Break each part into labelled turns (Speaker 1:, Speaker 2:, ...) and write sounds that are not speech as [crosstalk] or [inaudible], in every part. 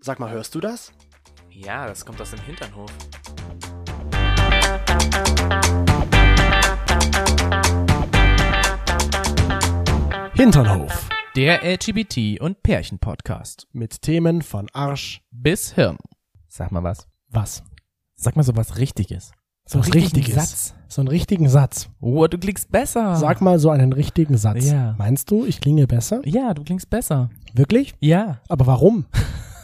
Speaker 1: Sag mal, hörst du das?
Speaker 2: Ja, das kommt aus dem Hinternhof.
Speaker 1: Hinternhof.
Speaker 2: Der LGBT- und Pärchen-Podcast.
Speaker 1: Mit Themen von Arsch.
Speaker 2: Bis Hirn. Sag mal was.
Speaker 3: Was?
Speaker 2: Sag mal so was Richtiges.
Speaker 3: So ein richtiges.
Speaker 2: Satz.
Speaker 3: So einen richtigen Satz.
Speaker 2: Oh, du klingst besser.
Speaker 3: Sag mal so einen richtigen Satz.
Speaker 2: Ja.
Speaker 3: Meinst du, ich klinge besser?
Speaker 2: Ja, du klingst besser.
Speaker 3: Wirklich?
Speaker 2: Ja.
Speaker 3: Aber
Speaker 2: [laughs]
Speaker 3: warum?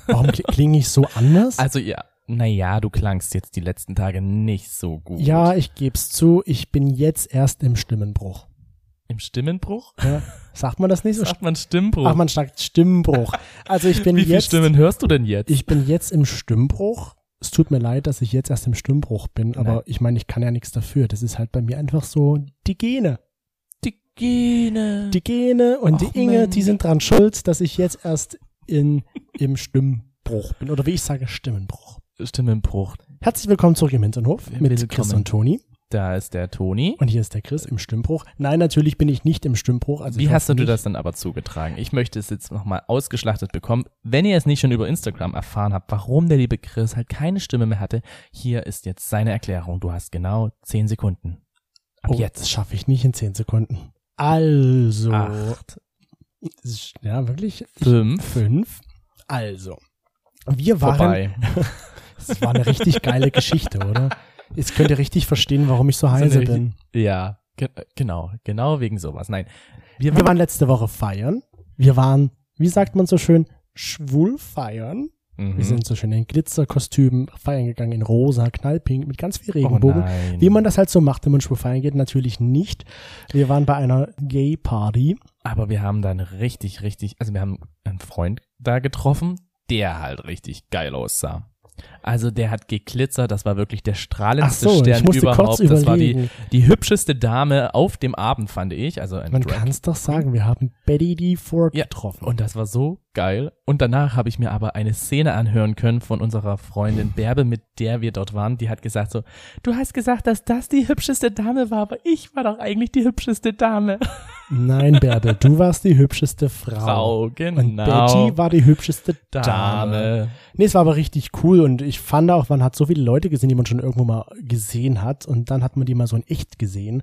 Speaker 3: Warum kli- klinge ich so anders?
Speaker 2: Also, ja. Naja, du klangst jetzt die letzten Tage nicht so gut.
Speaker 3: ja, ich geb's zu, ich bin jetzt erst im Stimmenbruch.
Speaker 2: Im Stimmenbruch?
Speaker 3: Ja. Sagt man das nicht so?
Speaker 2: Sagt man Stimmbruch.
Speaker 3: Ach, man sagt Stimmenbruch. Also ich bin
Speaker 2: Wie viele
Speaker 3: jetzt
Speaker 2: Stimmen hörst du denn jetzt?
Speaker 3: ich bin jetzt im Stimmbruch. Es tut mir leid, dass ich jetzt erst im Stimmbruch bin, aber
Speaker 2: Nein.
Speaker 3: ich meine, ich kann ja nichts dafür. Das ist halt bei mir einfach so die Gene.
Speaker 2: die Gene.
Speaker 3: Die Gene und
Speaker 2: Mhm. Och,
Speaker 3: die Inge, die
Speaker 2: Mensch.
Speaker 3: sind dran schuld, dass ich jetzt erst in, im Stimmbruch bin. Oder wie ich sage, Stimmenbruch.
Speaker 2: Stimmenbruch.
Speaker 3: Herzlich willkommen zurück im Hinternhof mit
Speaker 2: Willkommen.
Speaker 3: Chris und Toni.
Speaker 2: Da ist der Toni.
Speaker 3: Und hier ist der Chris im Stimmbruch. Nein, natürlich bin ich nicht im Stimmbruch. Also ich
Speaker 2: Wie
Speaker 3: hoffe
Speaker 2: hast du dir
Speaker 3: nicht.
Speaker 2: das dann aber zugetragen? Ich möchte es jetzt nochmal ausgeschlachtet bekommen. Wenn ihr es nicht schon über Instagram erfahren habt, warum der liebe Chris halt keine Stimme mehr hatte, hier ist jetzt seine Erklärung. Du hast genau 10 Sekunden. Ab
Speaker 3: Oh, Das
Speaker 2: jetzt.
Speaker 3: schaffe ich nicht in 10 Sekunden. Also.
Speaker 2: Acht.
Speaker 3: Ja, wirklich?
Speaker 2: Fünf.
Speaker 3: Fünf. Also. Wir waren.
Speaker 2: Vorbei.
Speaker 3: Das war eine richtig
Speaker 2: [laughs]
Speaker 3: geile Geschichte, oder? Jetzt könnt ihr richtig verstehen, warum ich so heise
Speaker 2: richtig-
Speaker 3: bin.
Speaker 2: [laughs] Ja, ge genau. Genau wegen sowas. Nein. Wir,
Speaker 3: Wir waren letzte Woche feiern. Wir waren, wie sagt man so schön, schwul feiern.
Speaker 2: mhm.
Speaker 3: Wir sind so schön in Glitzerkostümen feiern gegangen, in rosa, knallpink, mit ganz viel
Speaker 2: oh
Speaker 3: Regenbogen.
Speaker 2: nein.
Speaker 3: wie man das halt so macht, wenn man schwul feiern geht, natürlich nicht. Wir waren bei einer Gay-Party.
Speaker 2: aber wir haben dann richtig, richtig, also wir haben einen Freund da getroffen, der halt richtig geil aussah. Also der hat geglitzert, das war wirklich der
Speaker 3: Ach
Speaker 2: strahlendste
Speaker 3: so,
Speaker 2: Stern
Speaker 3: ich musste kurz
Speaker 2: überhaupt. Das war die,
Speaker 3: überlegen.
Speaker 2: die hübscheste Dame auf dem Abend, fand ich. Also ein
Speaker 3: Man
Speaker 2: Drag.
Speaker 3: kann es doch sagen, wir haben Betty D. Ford
Speaker 2: Ja,
Speaker 3: getroffen.
Speaker 2: Und das war so geil. Und danach habe ich mir aber eine Szene anhören können von unserer Freundin Bärbe, mit der wir dort waren. Die hat gesagt so, du hast gesagt, dass das die hübscheste Dame war, aber ich war doch eigentlich die hübscheste Dame.
Speaker 3: Nein, Bärbel, du warst die
Speaker 2: [laughs]
Speaker 3: hübscheste Frau.
Speaker 2: Frau, genau.
Speaker 3: Und Betty war die hübscheste Dame.
Speaker 2: Dame.
Speaker 3: Nee, es war aber richtig cool und ich fand auch, man hat so viele Leute gesehen, die man schon irgendwo mal gesehen hat und dann hat man die mal so in echt gesehen.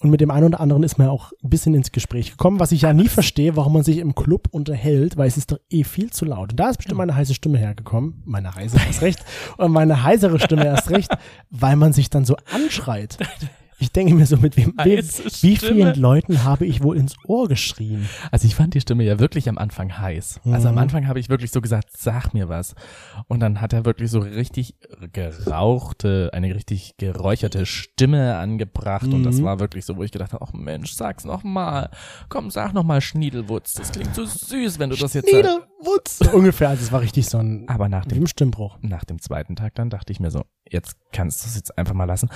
Speaker 3: Und mit dem einen oder anderen ist man ja auch ein bisschen ins Gespräch gekommen, was ich ja nie verstehe, warum man sich im Club unterhält, weil es ist doch eh viel zu laut. Und da ist
Speaker 2: Mhm.
Speaker 3: bestimmt meine heiße Stimme hergekommen, meine heiße erst recht, und meine heisere Stimme erst recht, weil man sich dann so anschreit. Ich denke mir so, mit wem, wem
Speaker 2: Heiße
Speaker 3: wie
Speaker 2: Stimme.
Speaker 3: vielen Leuten habe ich wohl ins Ohr geschrien?
Speaker 2: Also ich fand die Stimme ja wirklich am Anfang heiß. Also am
Speaker 3: Mhm.
Speaker 2: Anfang habe ich wirklich so gesagt, sag mir was. Und dann hat er wirklich so richtig gerauchte, eine richtig geräucherte Stimme angebracht. Und das
Speaker 3: Mhm.
Speaker 2: war wirklich so, wo ich gedacht habe, ach Mensch, sag's noch mal. Komm, sag noch mal Schniedelwutz. Das klingt so süß, wenn du das jetzt Ah. sagst.
Speaker 3: Niederwutz! So Ungefähr, also es war richtig so ein,
Speaker 2: Aber nach
Speaker 3: wie
Speaker 2: dem,
Speaker 3: im Stimmbruch.
Speaker 2: nach dem zweiten Tag dann dachte ich mir so, jetzt kannst du es jetzt einfach mal lassen.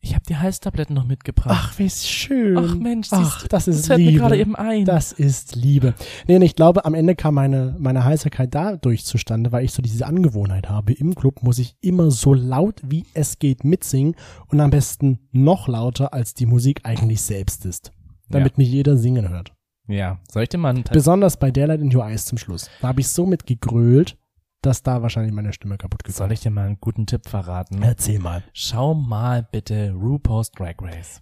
Speaker 2: Ich habe die Halstabletten noch mitgebracht.
Speaker 3: Ach, wie schön.
Speaker 2: Ach, Mensch,
Speaker 3: Ach,
Speaker 2: siehst-
Speaker 3: das ist
Speaker 2: das fällt
Speaker 3: Liebe.
Speaker 2: mir gerade eben ein.
Speaker 3: Das ist Liebe. Nee, und ich glaube, am Ende kam meine, meine Heiserkeit dadurch zustande, weil ich so diese Angewohnheit habe. Im Club muss ich immer so laut wie es geht mitsingen und am besten noch lauter, als die Musik eigentlich selbst ist. Damit mich jeder singen hört.
Speaker 2: ja, soll ich dir mal einen
Speaker 3: Besonders bei Daylight in Your Eyes zum Schluss. Da habe ich so mit gegrölt, dass da wahrscheinlich meine Stimme kaputt gegangen
Speaker 2: soll ich dir mal einen guten Tipp verraten?
Speaker 3: ist. Erzähl mal.
Speaker 2: Schau mal bitte RuPaul's Drag Race.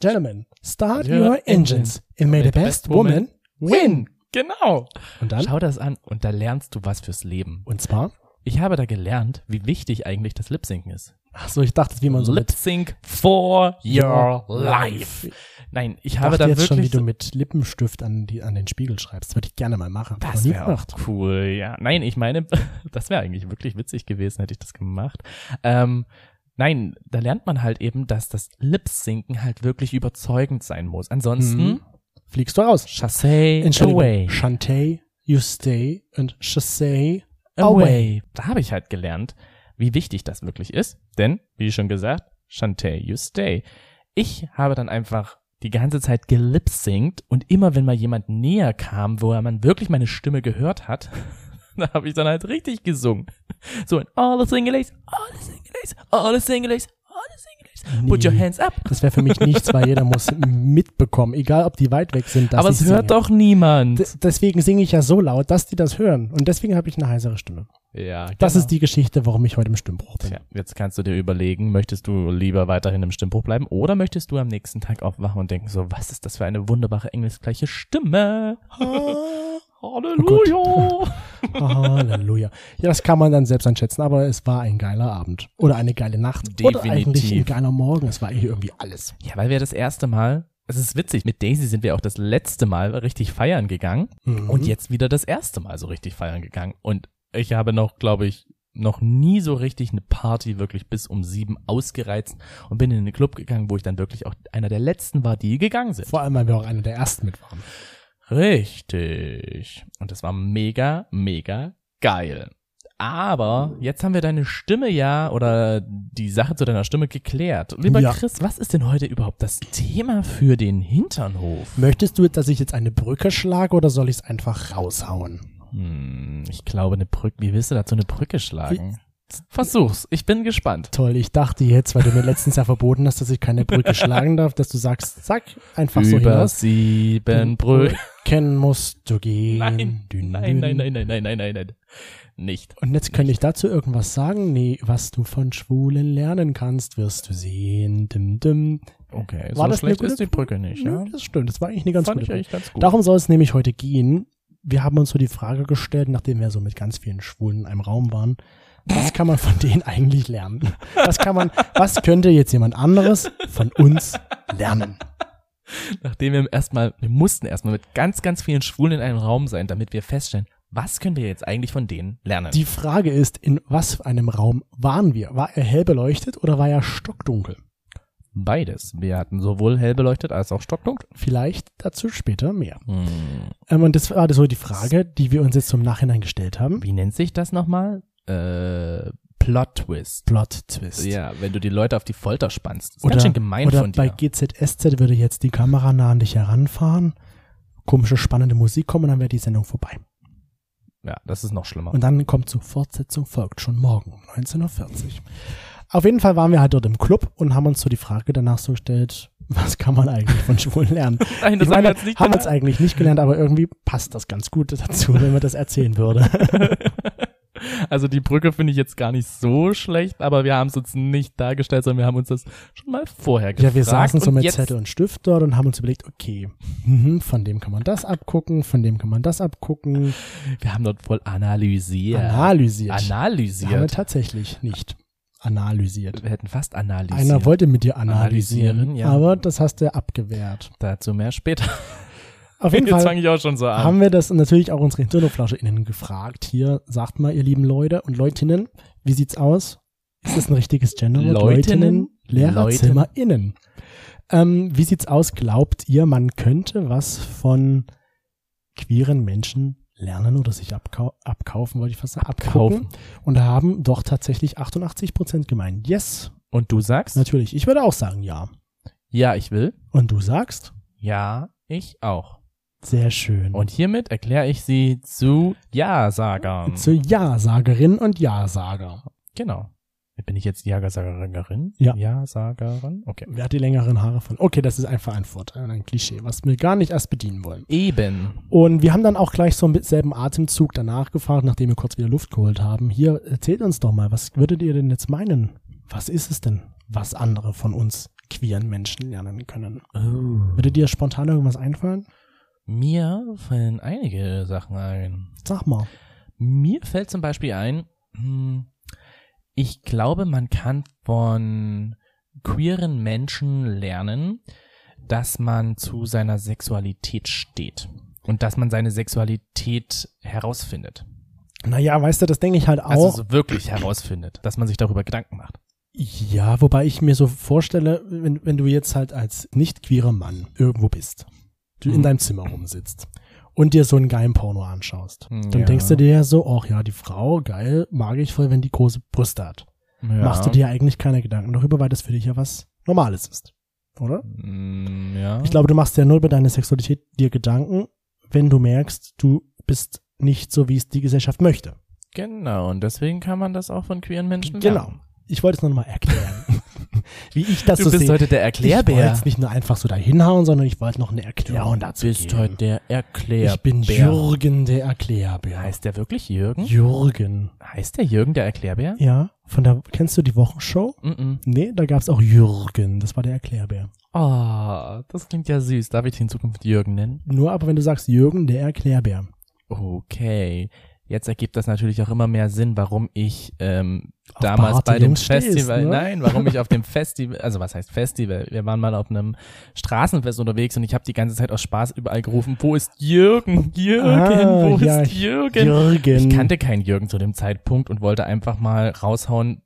Speaker 3: Gentlemen, start
Speaker 2: Your
Speaker 3: your engines and may the best woman win.
Speaker 2: Genau.
Speaker 3: Und dann?
Speaker 2: Schau das an und da lernst du was fürs Leben.
Speaker 3: Und zwar?
Speaker 2: Ich habe da gelernt, wie wichtig eigentlich das Lip-Syncen ist.
Speaker 3: Ach so, ich dachte, wie man so mit
Speaker 2: Lip-Sync for your life. Nein, ich habe da
Speaker 3: dachte jetzt
Speaker 2: wirklich...
Speaker 3: schon, wie du
Speaker 2: so-
Speaker 3: mit Lippenstift an, die, an den Spiegel schreibst. Würde ich gerne mal machen.
Speaker 2: das wäre auch cool, ja. Nein, ich meine, [laughs] das wäre eigentlich wirklich witzig gewesen, hätte ich das gemacht. Ähm, nein, da lernt man halt eben, dass das Lip-Syncen halt wirklich überzeugend sein muss. Ansonsten,
Speaker 3: Mhm. Fliegst du raus.
Speaker 2: chassez
Speaker 3: Entschuldigung.
Speaker 2: hm? away.
Speaker 3: Shantay, you stay and chassez away.
Speaker 2: Away. Da habe ich halt gelernt, wie wichtig das wirklich ist. Denn, wie schon gesagt, Shantae, you stay. Ich habe dann einfach die ganze Zeit gelipsingt und immer wenn mal jemand näher kam, wo er man wirklich meine Stimme gehört hat, [laughs] da habe ich dann halt richtig gesungen. So in All the Single Days, All the Single Days, All the Single Days, All the Single Days. please, put your
Speaker 3: Nee.
Speaker 2: hands up.
Speaker 3: Das wäre für mich nichts, weil jeder muss mitbekommen, egal ob die weit weg sind. Dass
Speaker 2: Aber es
Speaker 3: ich
Speaker 2: hört
Speaker 3: singe.
Speaker 2: doch niemand.
Speaker 3: D deswegen singe ich ja so laut, dass die das hören. Und deswegen habe ich eine heisere Stimme.
Speaker 2: ja,
Speaker 3: Das ist die Geschichte, warum ich heute im Stimmbruch bin.
Speaker 2: Genau. Tja, jetzt kannst du dir überlegen, möchtest du lieber weiterhin im Stimmbruch bleiben oder möchtest du am nächsten Tag aufwachen und denken so, was ist das für eine wunderbare englischgleiche Stimme? [laughs] Oh Halleluja!
Speaker 3: Halleluja. Ja, das kann man dann selbst einschätzen, aber es war ein geiler Abend. Oder eine geile Nacht. Oder eigentlich ein
Speaker 2: Definitiv.
Speaker 3: geiler Morgen. Es war eigentlich irgendwie alles.
Speaker 2: ja, weil wir das erste Mal, es ist witzig, mit Daisy sind wir auch das letzte Mal richtig feiern gegangen und jetzt wieder das erste Mal so richtig feiern gegangen und ich habe noch, glaube ich, noch nie so richtig eine Party wirklich bis um sieben ausgereizt und bin in den Club gegangen, wo ich dann wirklich auch einer der letzten war, die gegangen sind.
Speaker 3: Vor allem, weil wir auch einer der ersten mit waren.
Speaker 2: Richtig. Und das war mega, mega geil. Aber jetzt haben wir deine Stimme ja oder die Sache zu deiner Stimme geklärt. Lieber
Speaker 3: Ja.
Speaker 2: Chris, was ist denn heute überhaupt das Thema für den Hinternhof?
Speaker 3: Möchtest du, dass ich jetzt eine Brücke schlage oder soll ich es einfach raushauen?
Speaker 2: Hm, ich glaube, eine Brücke. Wie willst du dazu eine Brücke schlagen? Versuch's. Ich bin gespannt.
Speaker 3: Toll, ich dachte jetzt, weil du mir letztens ja verboten hast, dass ich keine Brücke schlagen darf, dass du sagst, zack, einfach so
Speaker 2: Über
Speaker 3: hinaus.
Speaker 2: sieben Brücken.
Speaker 3: Kennen musst du gehen.
Speaker 2: Nein,
Speaker 3: Dün,
Speaker 2: nein,
Speaker 3: dün.
Speaker 2: nein, nein, nein, nein, nein, nein, nein. Nicht.
Speaker 3: Und jetzt könnte ich dazu irgendwas sagen. Nee, was du von Schwulen lernen kannst, wirst du sehen. Dim, dim.
Speaker 2: Okay,
Speaker 3: War
Speaker 2: so
Speaker 3: das eine
Speaker 2: schlecht
Speaker 3: gute
Speaker 2: ist die Brücke nicht,
Speaker 3: Nö,
Speaker 2: ja?
Speaker 3: Das stimmt, das war eigentlich eine ganz
Speaker 2: Fand ich
Speaker 3: gute Idee.
Speaker 2: eigentlich ganz gut.
Speaker 3: Darum soll es nämlich heute gehen. Wir haben uns so die Frage gestellt, nachdem wir so mit ganz vielen Schwulen in einem Raum waren, was kann man von denen eigentlich lernen? Was kann man, was könnte jetzt jemand anderes von uns lernen?
Speaker 2: Nachdem wir erstmal, wir mussten erstmal mit ganz, ganz vielen Schwulen in einem Raum sein, damit wir feststellen, was können wir jetzt eigentlich von denen lernen?
Speaker 3: Die Frage ist, in was für einem Raum waren wir? War er hell beleuchtet oder war er stockdunkel?
Speaker 2: Beides. Wir hatten sowohl hell beleuchtet als auch stockdunkel.
Speaker 3: Vielleicht dazu später mehr.
Speaker 2: Hm.
Speaker 3: Ähm, und das war so die Frage, die wir uns jetzt zum Nachhinein gestellt haben.
Speaker 2: Wie nennt sich das nochmal? Äh, Plot Twist.
Speaker 3: Plot Twist.
Speaker 2: Ja, wenn du die Leute auf die Folter spannst. Ist
Speaker 3: Oder,
Speaker 2: ganz schön gemein
Speaker 3: oder
Speaker 2: von
Speaker 3: bei
Speaker 2: dir.
Speaker 3: GZSZ würde jetzt die Kamera nah an dich heranfahren, komische, spannende Musik kommen und dann wäre die Sendung vorbei.
Speaker 2: Ja, das ist noch schlimmer.
Speaker 3: Und dann kommt zur Fortsetzung folgt schon morgen um 19.40 Uhr. Auf jeden Fall waren wir halt dort im Club und haben uns so die Frage danach so gestellt, [laughs] was kann man eigentlich von Schwulen lernen?
Speaker 2: [laughs] Nein,
Speaker 3: Ich meine,
Speaker 2: jetzt
Speaker 3: haben wir es eigentlich nicht gelernt, aber irgendwie passt das ganz gut dazu, wenn man das erzählen würde.
Speaker 2: [laughs] Also die Brücke finde ich jetzt gar nicht so schlecht, aber wir haben es uns nicht dargestellt, sondern wir haben uns das schon mal vorher
Speaker 3: Ja,
Speaker 2: gefragt.
Speaker 3: wir saßen so
Speaker 2: und
Speaker 3: mit
Speaker 2: jetzt
Speaker 3: Zettel und Stift dort und haben uns überlegt, okay, mhm, von dem kann man das abgucken, von dem kann man das abgucken.
Speaker 2: Wir haben dort voll analysiert.
Speaker 3: Analysiert. Haben wir
Speaker 2: analysiert.
Speaker 3: tatsächlich nicht analysiert.
Speaker 2: Wir hätten fast analysiert.
Speaker 3: Einer wollte mit dir analysieren,
Speaker 2: Analysieren, ja.
Speaker 3: aber das hast du abgewehrt.
Speaker 2: Dazu mehr später. [laughs]
Speaker 3: Auf jeden
Speaker 2: Jetzt
Speaker 3: Fall
Speaker 2: fange ich auch schon so an.
Speaker 3: haben wir das natürlich auch unsere HirnoflauscherInnen gefragt. Hier, sagt mal, ihr lieben Leute und Leutinnen, wie sieht's aus? Ist das ein richtiges Gender?
Speaker 2: Leutinnen?
Speaker 3: LehrerszimmerInnen. Ähm, wie sieht's aus? Glaubt ihr, man könnte was von queeren Menschen lernen oder sich abkau abkaufen, wollte ich fast sagen, abkaufen. Und da haben doch tatsächlich 88 Prozent gemeint, yes,
Speaker 2: Und du sagst?
Speaker 3: natürlich. Ich würde auch sagen, ja.
Speaker 2: Ja, ich will.
Speaker 3: Und du sagst,
Speaker 2: Ja, ich auch.
Speaker 3: sehr schön.
Speaker 2: Und hiermit erkläre ich sie zu Ja-Sagern.
Speaker 3: Zur Ja-Sagerin und Ja-Sager.
Speaker 2: genau. Bin ich jetzt Ja-Sagerin?
Speaker 3: Ja.
Speaker 2: Ja-Sagerin? Okay.
Speaker 3: Wer hat die längeren Haare von? Okay, das ist einfach ein Vorteil, ein Klischee, was wir gar nicht erst bedienen wollen.
Speaker 2: Eben.
Speaker 3: Und wir haben dann auch gleich so im selben Atemzug danach gefragt, nachdem wir kurz wieder Luft geholt haben. Hier, erzählt uns doch mal, was würdet ihr denn jetzt meinen? Was ist es denn, was andere von uns queeren Menschen lernen können? Würde dir spontan irgendwas einfallen?
Speaker 2: Mir fallen einige Sachen ein.
Speaker 3: Sag mal.
Speaker 2: Mir fällt zum Beispiel ein, hm, ich glaube, man kann von queeren Menschen lernen, dass man zu seiner Sexualität steht und dass man seine Sexualität herausfindet.
Speaker 3: Naja, weißt du, das denke ich halt auch.
Speaker 2: Also so wirklich herausfindet, dass man sich darüber Gedanken macht.
Speaker 3: Ja, wobei ich mir so vorstelle, wenn, wenn du jetzt halt als nicht queerer Mann irgendwo bist, du in
Speaker 2: Mhm.
Speaker 3: deinem Zimmer rumsitzt und dir so einen geilen Porno anschaust, dann
Speaker 2: Mm, Ja.
Speaker 3: denkst du dir ja so, ach ja, die Frau, geil, mag ich voll, wenn die große Brüste hat. Machst du dir eigentlich keine Gedanken darüber, weil das für dich ja was Normales ist, oder?
Speaker 2: Mm, ja.
Speaker 3: Ich glaube, du machst ja nur über deine Sexualität dir Gedanken, wenn du merkst, du bist nicht so, wie es die Gesellschaft möchte.
Speaker 2: genau, und deswegen kann man das auch von queeren Menschen
Speaker 3: Genau.
Speaker 2: lernen.
Speaker 3: Ich wollte es nur noch mal erklären. [laughs] wie ich das
Speaker 2: Du
Speaker 3: so
Speaker 2: bist
Speaker 3: sehe.
Speaker 2: heute der
Speaker 3: Ich wollte
Speaker 2: Erklärbär.
Speaker 3: jetzt nicht nur einfach so dahinhauen, sondern ich wollte noch eine Erklärung dazu geben.
Speaker 2: der Erklärbär.
Speaker 3: ich bin Jürgen der Erklärbär.
Speaker 2: Heißt der wirklich Jürgen?
Speaker 3: Jürgen.
Speaker 2: Heißt der Jürgen der Erklärbär?
Speaker 3: Ja, von der kennst du die Wochenshow?
Speaker 2: Mm
Speaker 3: Nee, da gab's auch Jürgen, das war der Erklärbär.
Speaker 2: Ah, das klingt ja süß. Darf ich dich in Zukunft Jürgen nennen?
Speaker 3: Nur aber wenn du sagst Jürgen der Erklärbär.
Speaker 2: Okay. Jetzt ergibt das natürlich auch immer mehr Sinn, warum ich ähm,
Speaker 3: Auf
Speaker 2: damals
Speaker 3: behaarte
Speaker 2: bei dem
Speaker 3: Jungs stehst,
Speaker 2: Festival,
Speaker 3: ne?
Speaker 2: nein, warum ich auf dem Festival, also was heißt Festival? Wir waren mal auf einem Straßenfest unterwegs und ich habe die ganze Zeit aus Spaß überall gerufen, wo ist Jürgen, Jürgen,
Speaker 3: Ah,
Speaker 2: wo
Speaker 3: ja,
Speaker 2: ist
Speaker 3: ich-
Speaker 2: Jürgen? Genau. Ich
Speaker 3: Jürgen.
Speaker 2: kannte keinen Jürgen zu dem Zeitpunkt und wollte einfach mal raushauen,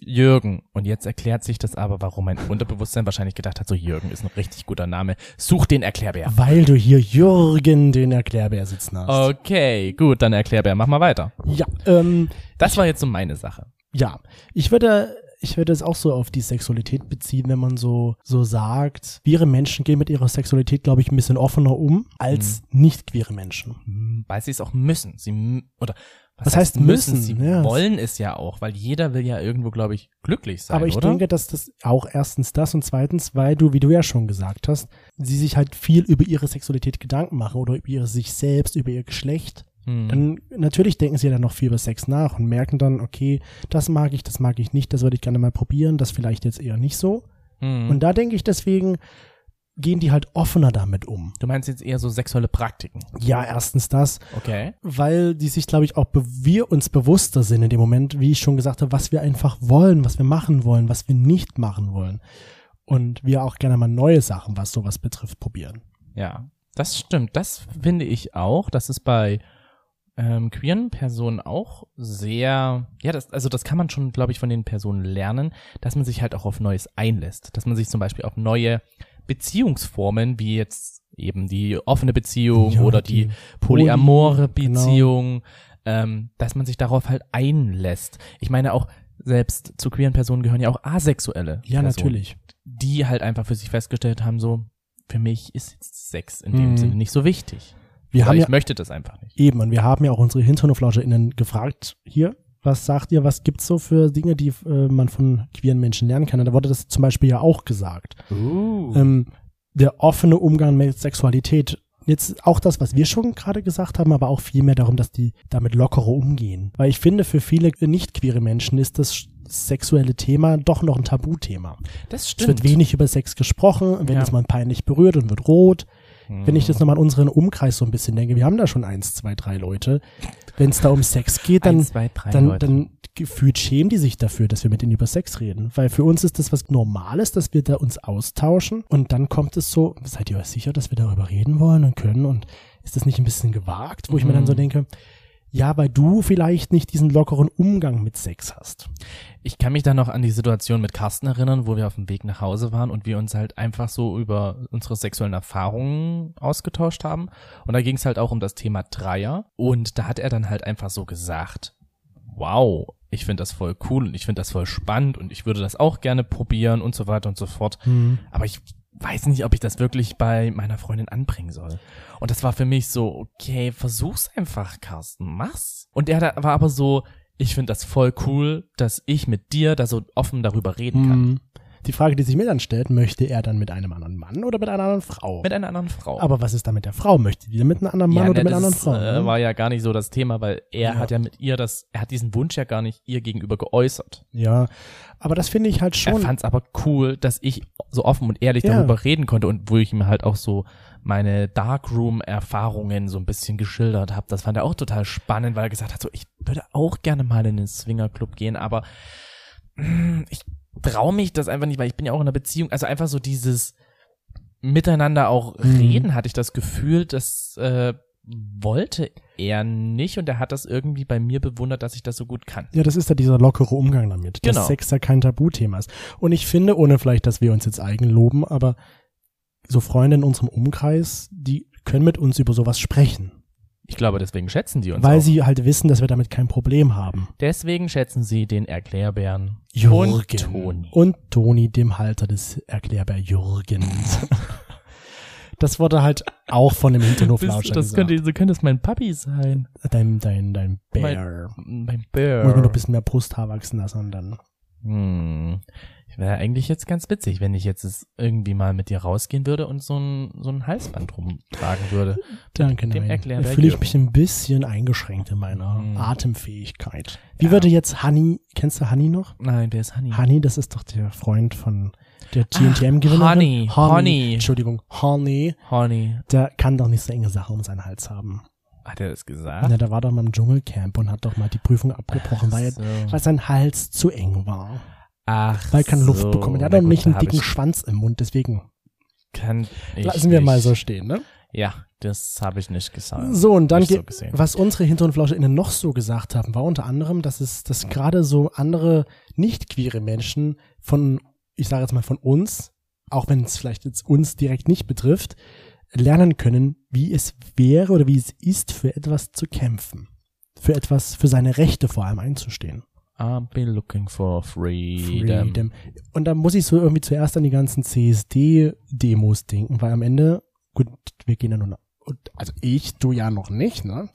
Speaker 2: Jürgen. Und jetzt erklärt sich das aber, warum mein Unterbewusstsein wahrscheinlich gedacht hat, so Jürgen ist ein richtig guter Name. Such den Erklärbär.
Speaker 3: weil du hier Jürgen den Erklärbär sitzen hast.
Speaker 2: Oh. Okay, gut, dann Erklärbär, mach mal weiter.
Speaker 3: Ja, ähm,
Speaker 2: Das war jetzt so meine Sache.
Speaker 3: ja. Ich würde, ich würde es auch so auf die Sexualität beziehen, wenn man so, so sagt, queere Menschen gehen mit ihrer Sexualität, glaube ich, ein bisschen offener um als
Speaker 2: Mhm.
Speaker 3: nicht queere Menschen.
Speaker 2: Hm, Weil sie es auch müssen. Sie m- oder was,
Speaker 3: Was heißt müssen?
Speaker 2: Sie
Speaker 3: Ja, es-
Speaker 2: wollen es ja auch, weil jeder will ja irgendwo, glaube ich, glücklich sein,
Speaker 3: Aber ich
Speaker 2: oder?
Speaker 3: denke, dass das auch erstens das und zweitens, weil du, wie du ja schon gesagt hast, sie sich halt viel über ihre Sexualität Gedanken machen oder über ihre sich selbst, über ihr Geschlecht.
Speaker 2: Hm.
Speaker 3: Dann natürlich denken sie ja dann noch viel über Sex nach und merken dann, okay, das mag ich, das mag ich nicht, das würde ich gerne mal probieren, das vielleicht jetzt eher nicht so.
Speaker 2: Hm.
Speaker 3: Und da denke ich, deswegen gehen die halt offener damit um.
Speaker 2: du meinst jetzt eher so sexuelle Praktiken.
Speaker 3: Ja, erstens das,
Speaker 2: Okay.
Speaker 3: weil die sich, glaube ich, auch be- wir uns bewusster sind in dem Moment, wie ich schon gesagt habe, was wir einfach wollen, was wir machen wollen, was wir nicht machen wollen. Und wir auch gerne mal neue Sachen, was sowas betrifft, probieren.
Speaker 2: Ja, das stimmt. Das finde ich auch. Das ist bei ähm, queeren Personen auch sehr, ja, das, also das kann man schon, glaube ich, von den Personen lernen, dass man sich halt auch auf Neues einlässt. Dass man sich zum Beispiel auf neue Beziehungsformen, wie jetzt eben die offene Beziehung
Speaker 3: Ja,
Speaker 2: oder die,
Speaker 3: die
Speaker 2: polyamore
Speaker 3: Poly- genau.
Speaker 2: Beziehung, ähm, dass man sich darauf halt einlässt. Ich meine auch, selbst zu queeren Personen gehören ja auch asexuelle
Speaker 3: Ja,
Speaker 2: Personen
Speaker 3: natürlich.
Speaker 2: die halt einfach für sich festgestellt haben, so, für mich ist jetzt Sex in dem
Speaker 3: Mhm.
Speaker 2: Sinne nicht so wichtig.
Speaker 3: Wir
Speaker 2: Oder
Speaker 3: haben
Speaker 2: ich
Speaker 3: ja
Speaker 2: möchte das einfach nicht.
Speaker 3: eben, und wir haben ja auch unsere HinternoflauscherInnen gefragt, hier, was sagt ihr, was gibt's so für Dinge, die äh, man von queeren Menschen lernen kann? Und da wurde das zum Beispiel ja auch gesagt.
Speaker 2: Mhm.
Speaker 3: ähm, der offene Umgang mit Sexualität. Jetzt auch das, was wir schon gerade gesagt haben, aber auch viel mehr darum, dass die damit lockerer umgehen. Weil ich finde, für viele nicht queere Menschen ist das sexuelle Thema doch noch ein Tabuthema.
Speaker 2: das
Speaker 3: Es wird wenig über Sex gesprochen, wenn
Speaker 2: Ja.
Speaker 3: es mal peinlich berührt und wird rot.
Speaker 2: Hm.
Speaker 3: Wenn ich jetzt nochmal an unseren Umkreis so ein bisschen denke, wir haben da schon eins, zwei, drei Leute. Wenn es da um Sex geht, dann
Speaker 2: Eins, zwei, drei
Speaker 3: dann,
Speaker 2: Leute.
Speaker 3: dann gefühlt schämen die sich dafür, dass wir mit denen über Sex reden. Weil für uns ist das was Normales, dass wir da uns austauschen. Und dann kommt es so, seid ihr euch sicher, dass wir darüber reden wollen und können? Und ist das nicht ein bisschen gewagt? Wo ich mir dann so
Speaker 2: Mhm.
Speaker 3: denke, ja, weil du vielleicht nicht diesen lockeren Umgang mit Sex hast.
Speaker 2: Ich kann mich dann noch an die Situation mit Carsten erinnern, wo wir auf dem Weg nach Hause waren und wir uns halt einfach so über unsere sexuellen Erfahrungen ausgetauscht haben. Und da ging es halt auch um das Thema Dreier. Und da hat er dann halt einfach so gesagt, wow, ich finde das voll cool und ich finde das voll spannend und ich würde das auch gerne probieren und so weiter und so fort. Aber ich weiß nicht, ob ich das wirklich bei meiner Freundin anbringen soll. Und das war für mich so, okay, versuch's einfach, Carsten, mach's. Und er da- war aber so, ich finde das voll cool, dass ich mit dir da so offen darüber reden
Speaker 3: Hm.
Speaker 2: kann.
Speaker 3: Die Frage, die sich mir dann stellt, möchte er dann mit einem anderen Mann oder mit einer anderen Frau?
Speaker 2: Mit einer anderen Frau.
Speaker 3: aber was ist da mit der Frau? Möchte die mit einem anderen Mann
Speaker 2: ja,
Speaker 3: oder
Speaker 2: ne,
Speaker 3: mit einer
Speaker 2: das
Speaker 3: anderen
Speaker 2: ist,
Speaker 3: Frau?
Speaker 2: Äh,
Speaker 3: ne?
Speaker 2: war ja gar nicht so das Thema, weil
Speaker 3: Ja.
Speaker 2: er hat ja mit ihr das, er hat diesen Wunsch ja gar nicht ihr gegenüber geäußert.
Speaker 3: ja, aber das finde ich halt
Speaker 2: Er
Speaker 3: schon.
Speaker 2: fand es aber cool, dass ich so offen und ehrlich
Speaker 3: Ja.
Speaker 2: darüber reden konnte und wo ich ihm halt auch so meine Darkroom-Erfahrungen so ein bisschen geschildert habe. Das fand er auch total spannend, weil er gesagt hat, so ich würde auch gerne mal in den Swingerclub gehen, aber [clears throat] mm, ich traue mich das einfach nicht, weil ich bin ja auch in einer Beziehung. Also einfach so dieses Miteinander auch
Speaker 3: Mhm.
Speaker 2: reden, hatte ich das Gefühl, das äh, wollte er nicht und er hat das irgendwie bei mir bewundert, dass ich das so gut kann.
Speaker 3: Ja, das ist ja dieser lockere Umgang damit,
Speaker 2: Genau.
Speaker 3: dass Sex da kein Tabuthema ist. Und ich finde, ohne vielleicht, dass wir uns jetzt eigen loben, aber so Freunde in unserem Umkreis, die können mit uns über sowas sprechen,
Speaker 2: Ich glaube, deswegen schätzen die uns
Speaker 3: weil
Speaker 2: auch.
Speaker 3: sie halt wissen, dass wir damit kein Problem haben.
Speaker 2: Deswegen schätzen sie den Erklärbären und
Speaker 3: Jürgen.
Speaker 2: Toni.
Speaker 3: Und Toni, dem Halter des Erklärbär Jürgens.
Speaker 2: [laughs]
Speaker 3: Das wurde halt auch von dem
Speaker 2: Das,
Speaker 3: Hinterhoflauscher
Speaker 2: das
Speaker 3: gesagt.
Speaker 2: könnte, so könnte es mein Papi sein.
Speaker 3: Dein, dein, dein Bär.
Speaker 2: Mein
Speaker 3: Muss man noch
Speaker 2: Bär.
Speaker 3: ein bisschen mehr Brust haarwachsen lassen und dann.
Speaker 2: Hm. Wäre eigentlich jetzt ganz witzig, wenn ich jetzt es irgendwie mal mit dir rausgehen würde und so ein, so ein Halsband rumtragen würde.
Speaker 3: Danke,
Speaker 2: Dem
Speaker 3: nein.
Speaker 2: Erklären
Speaker 3: da
Speaker 2: der
Speaker 3: fühle ich
Speaker 2: Jürgen.
Speaker 3: mich ein bisschen eingeschränkt in meiner
Speaker 2: Hm.
Speaker 3: Atemfähigkeit. Wie
Speaker 2: Ja. Hm.
Speaker 3: würde jetzt Honey, kennst du Honey noch?
Speaker 2: Nein, wer ist Honey?
Speaker 3: Honey, das ist doch der Freund von der GNTM-Gewinnerin.
Speaker 2: Honey, Honey.
Speaker 3: Entschuldigung, Honey.
Speaker 2: Honey.
Speaker 3: Der kann doch nicht so enge Sache um seinen Hals haben.
Speaker 2: Hat er das gesagt?
Speaker 3: Na, der war doch mal im Dschungelcamp und hat doch mal die Prüfung abgebrochen, weil,
Speaker 2: so.
Speaker 3: er, weil sein Hals zu eng war.
Speaker 2: Ach
Speaker 3: Weil er keine Luft
Speaker 2: so.
Speaker 3: bekommen. Er hat
Speaker 2: Na
Speaker 3: doch
Speaker 2: gut,
Speaker 3: nicht
Speaker 2: da
Speaker 3: einen
Speaker 2: hab
Speaker 3: dicken
Speaker 2: ich-
Speaker 3: Schwanz im Mund, deswegen
Speaker 2: Kann ich
Speaker 3: lassen wir mal
Speaker 2: nicht.
Speaker 3: so stehen, ne?
Speaker 2: Ja, das habe ich nicht gesagt.
Speaker 3: So, und dann,
Speaker 2: Nicht so
Speaker 3: ge-
Speaker 2: gesehen.
Speaker 3: was unsere Hinter- und FlauscherInnen noch so gesagt haben, war unter anderem, dass es, dass gerade so andere nicht queere Menschen von, ich sage jetzt mal von uns, auch wenn es vielleicht jetzt uns direkt nicht betrifft, lernen können, wie es wäre oder wie es ist, für etwas zu kämpfen. Für etwas, für seine Rechte vor allem einzustehen.
Speaker 2: I'll be looking for freedom.
Speaker 3: Und da muss ich so irgendwie zuerst an die ganzen CSD-Demos denken, weil am Ende, gut, wir gehen ja nur, und- also ich, du ja noch nicht, ne?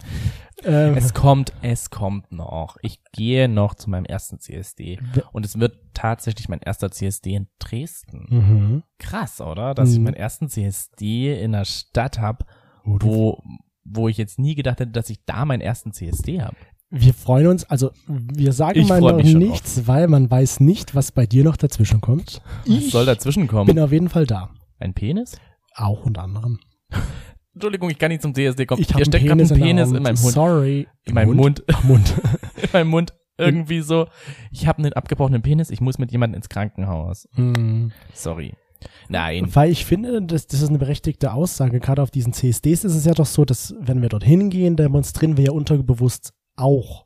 Speaker 3: Ähm,
Speaker 2: Es kommt, es kommt noch. Ich gehe noch zu meinem ersten CSD.
Speaker 3: W-
Speaker 2: Und es wird tatsächlich mein erster CSD in Dresden.
Speaker 3: mhm.
Speaker 2: Krass, oder? Dass ich
Speaker 3: Mhm.
Speaker 2: meinen ersten CSD in einer Stadt habe,
Speaker 3: Oh, du-
Speaker 2: wo, wo ich jetzt nie gedacht hätte, dass ich da meinen ersten CSD habe.
Speaker 3: Wir freuen uns, also wir sagen
Speaker 2: Ich
Speaker 3: mal
Speaker 2: freu
Speaker 3: noch
Speaker 2: mich schon
Speaker 3: nichts, weil man weiß nicht, was bei dir noch dazwischen kommt.
Speaker 2: Was soll dazwischen kommen?
Speaker 3: Bin auf jeden Fall da.
Speaker 2: Ein Penis?
Speaker 3: Auch unter anderem.
Speaker 2: Entschuldigung, ich kann nicht zum CSD kommen.
Speaker 3: Ich
Speaker 2: Hier
Speaker 3: habe
Speaker 2: steckt gerade ein Penis in meinem Mund.
Speaker 3: Sorry.
Speaker 2: In meinem Mund. [laughs]
Speaker 3: Am Mund.
Speaker 2: In meinem Mund. Irgendwie so, ich habe einen abgebrochenen Penis, ich muss mit jemandem ins Krankenhaus.
Speaker 3: Hm.
Speaker 2: Sorry. Nein.
Speaker 3: Weil ich finde, das, das ist eine berechtigte Aussage. Gerade auf diesen CSDs ist es ja doch so, dass wenn wir dorthin gehen, demonstrieren wir ja unterbewusst auch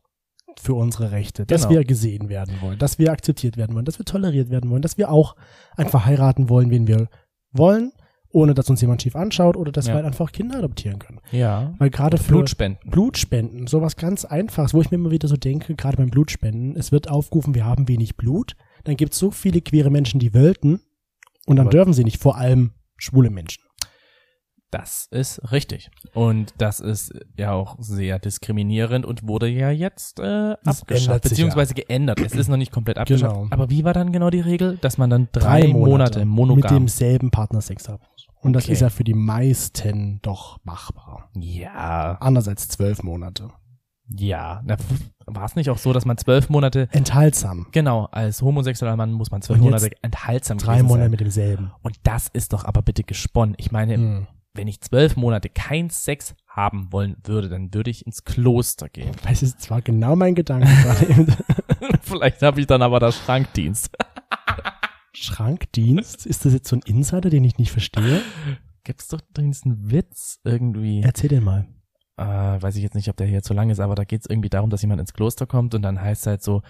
Speaker 3: für unsere Rechte, dass
Speaker 2: Genau.
Speaker 3: wir gesehen werden wollen, dass wir akzeptiert werden wollen, dass wir toleriert werden wollen, dass wir auch einfach heiraten wollen, wen wir wollen, ohne dass uns jemand schief anschaut oder dass
Speaker 2: Ja.
Speaker 3: wir halt einfach Kinder adoptieren können.
Speaker 2: Ja.
Speaker 3: Weil gerade für
Speaker 2: Blutspenden.
Speaker 3: Blutspenden, sowas ganz Einfaches, wo ich mir immer wieder so denke, gerade beim Blutspenden, es wird aufgerufen, wir haben wenig Blut. Dann gibt es so viele queere Menschen, die wollten und dann
Speaker 2: Aber-
Speaker 3: dürfen sie nicht, vor allem schwule Menschen.
Speaker 2: Das ist richtig. Und das ist ja auch sehr diskriminierend und wurde ja jetzt äh,
Speaker 3: Das
Speaker 2: abgeschafft,
Speaker 3: ändert sich
Speaker 2: beziehungsweise geändert. Es ist noch nicht komplett abgeschafft.
Speaker 3: Genau.
Speaker 2: Aber wie war dann genau die Regel? Dass man dann drei, Monate,
Speaker 3: mit
Speaker 2: monogam.
Speaker 3: demselben Partner Sex haben. muss. Und das
Speaker 2: Okay.
Speaker 3: ist ja für die meisten doch machbar.
Speaker 2: ja,
Speaker 3: Anders als zwölf Monate.
Speaker 2: ja. War es nicht auch so, dass man zwölf Monate,
Speaker 3: Enthaltsam.
Speaker 2: genau, als homosexueller Mann muss man zwölf
Speaker 3: Und
Speaker 2: Monate
Speaker 3: jetzt
Speaker 2: enthaltsam
Speaker 3: Drei
Speaker 2: gewesen
Speaker 3: Monate
Speaker 2: sein.
Speaker 3: mit demselben.
Speaker 2: Und das ist doch aber bitte gesponnen. Ich meine,
Speaker 3: Mhm.
Speaker 2: wenn ich zwölf Monate kein Sex haben wollen würde, dann würde ich ins Kloster gehen. [laughs]
Speaker 3: Das ist zwar genau mein Gedanke gerade eben.
Speaker 2: Vielleicht habe ich dann aber da Schrankdienst.
Speaker 3: Schrankdienst? Ist das jetzt so ein Insider, den ich nicht verstehe?
Speaker 2: Gibt's doch übrigens einen Witz irgendwie.
Speaker 3: Erzähl den mal.
Speaker 2: Äh, weiß ich jetzt nicht, ob der hier zu lang ist, aber da geht's irgendwie darum, dass jemand ins Kloster kommt und dann heißt halt so,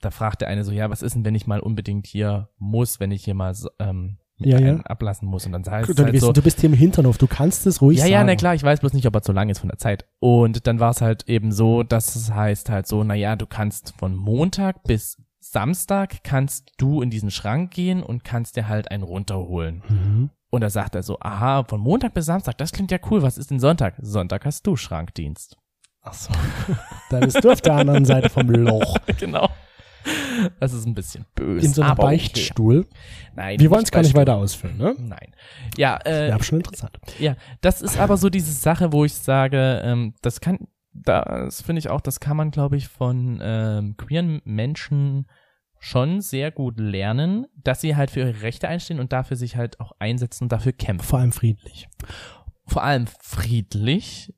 Speaker 2: da fragt der eine so, ja, was ist denn, wenn ich mal unbedingt hier muss, wenn ich hier mal so, ähm,
Speaker 3: Ja, ja.
Speaker 2: einen ablassen muss und dann heißt es
Speaker 3: Dann
Speaker 2: halt
Speaker 3: wissen,
Speaker 2: so,
Speaker 3: du bist hier im Hinterhof, du kannst es ruhig
Speaker 2: ja,
Speaker 3: sagen.
Speaker 2: ja, na klar, ich weiß bloß nicht, ob er zu lang ist von der Zeit. Und dann war es halt eben so, dass es heißt halt so, naja, du kannst von Montag bis Samstag kannst du in diesen Schrank gehen und kannst dir halt einen runterholen.
Speaker 3: Mhm.
Speaker 2: Und da sagt er so, aha, von Montag bis Samstag, das klingt ja cool, was ist denn Sonntag? Sonntag hast du Schrankdienst. [laughs]
Speaker 3: Ach so. [laughs] Dann bist du auf der anderen Seite vom Loch.
Speaker 2: genau. Das ist ein bisschen böse.
Speaker 3: In so einem
Speaker 2: aber
Speaker 3: Beichtstuhl.
Speaker 2: Okay. Nein,
Speaker 3: Wir wollen es gar nicht
Speaker 2: Beichtstuhl.
Speaker 3: weiter ausführen, ne?
Speaker 2: Nein. Ja, äh,
Speaker 3: Ja, schon interessant.
Speaker 2: Ja, das ist aber so diese Sache, wo ich sage, ähm, das kann, das finde ich auch, das kann man, glaube ich, von ähm, queeren Menschen schon sehr gut lernen, dass sie halt für ihre Rechte einstehen und dafür sich halt auch einsetzen und dafür kämpfen.
Speaker 3: Vor allem friedlich.
Speaker 2: Vor allem friedlich,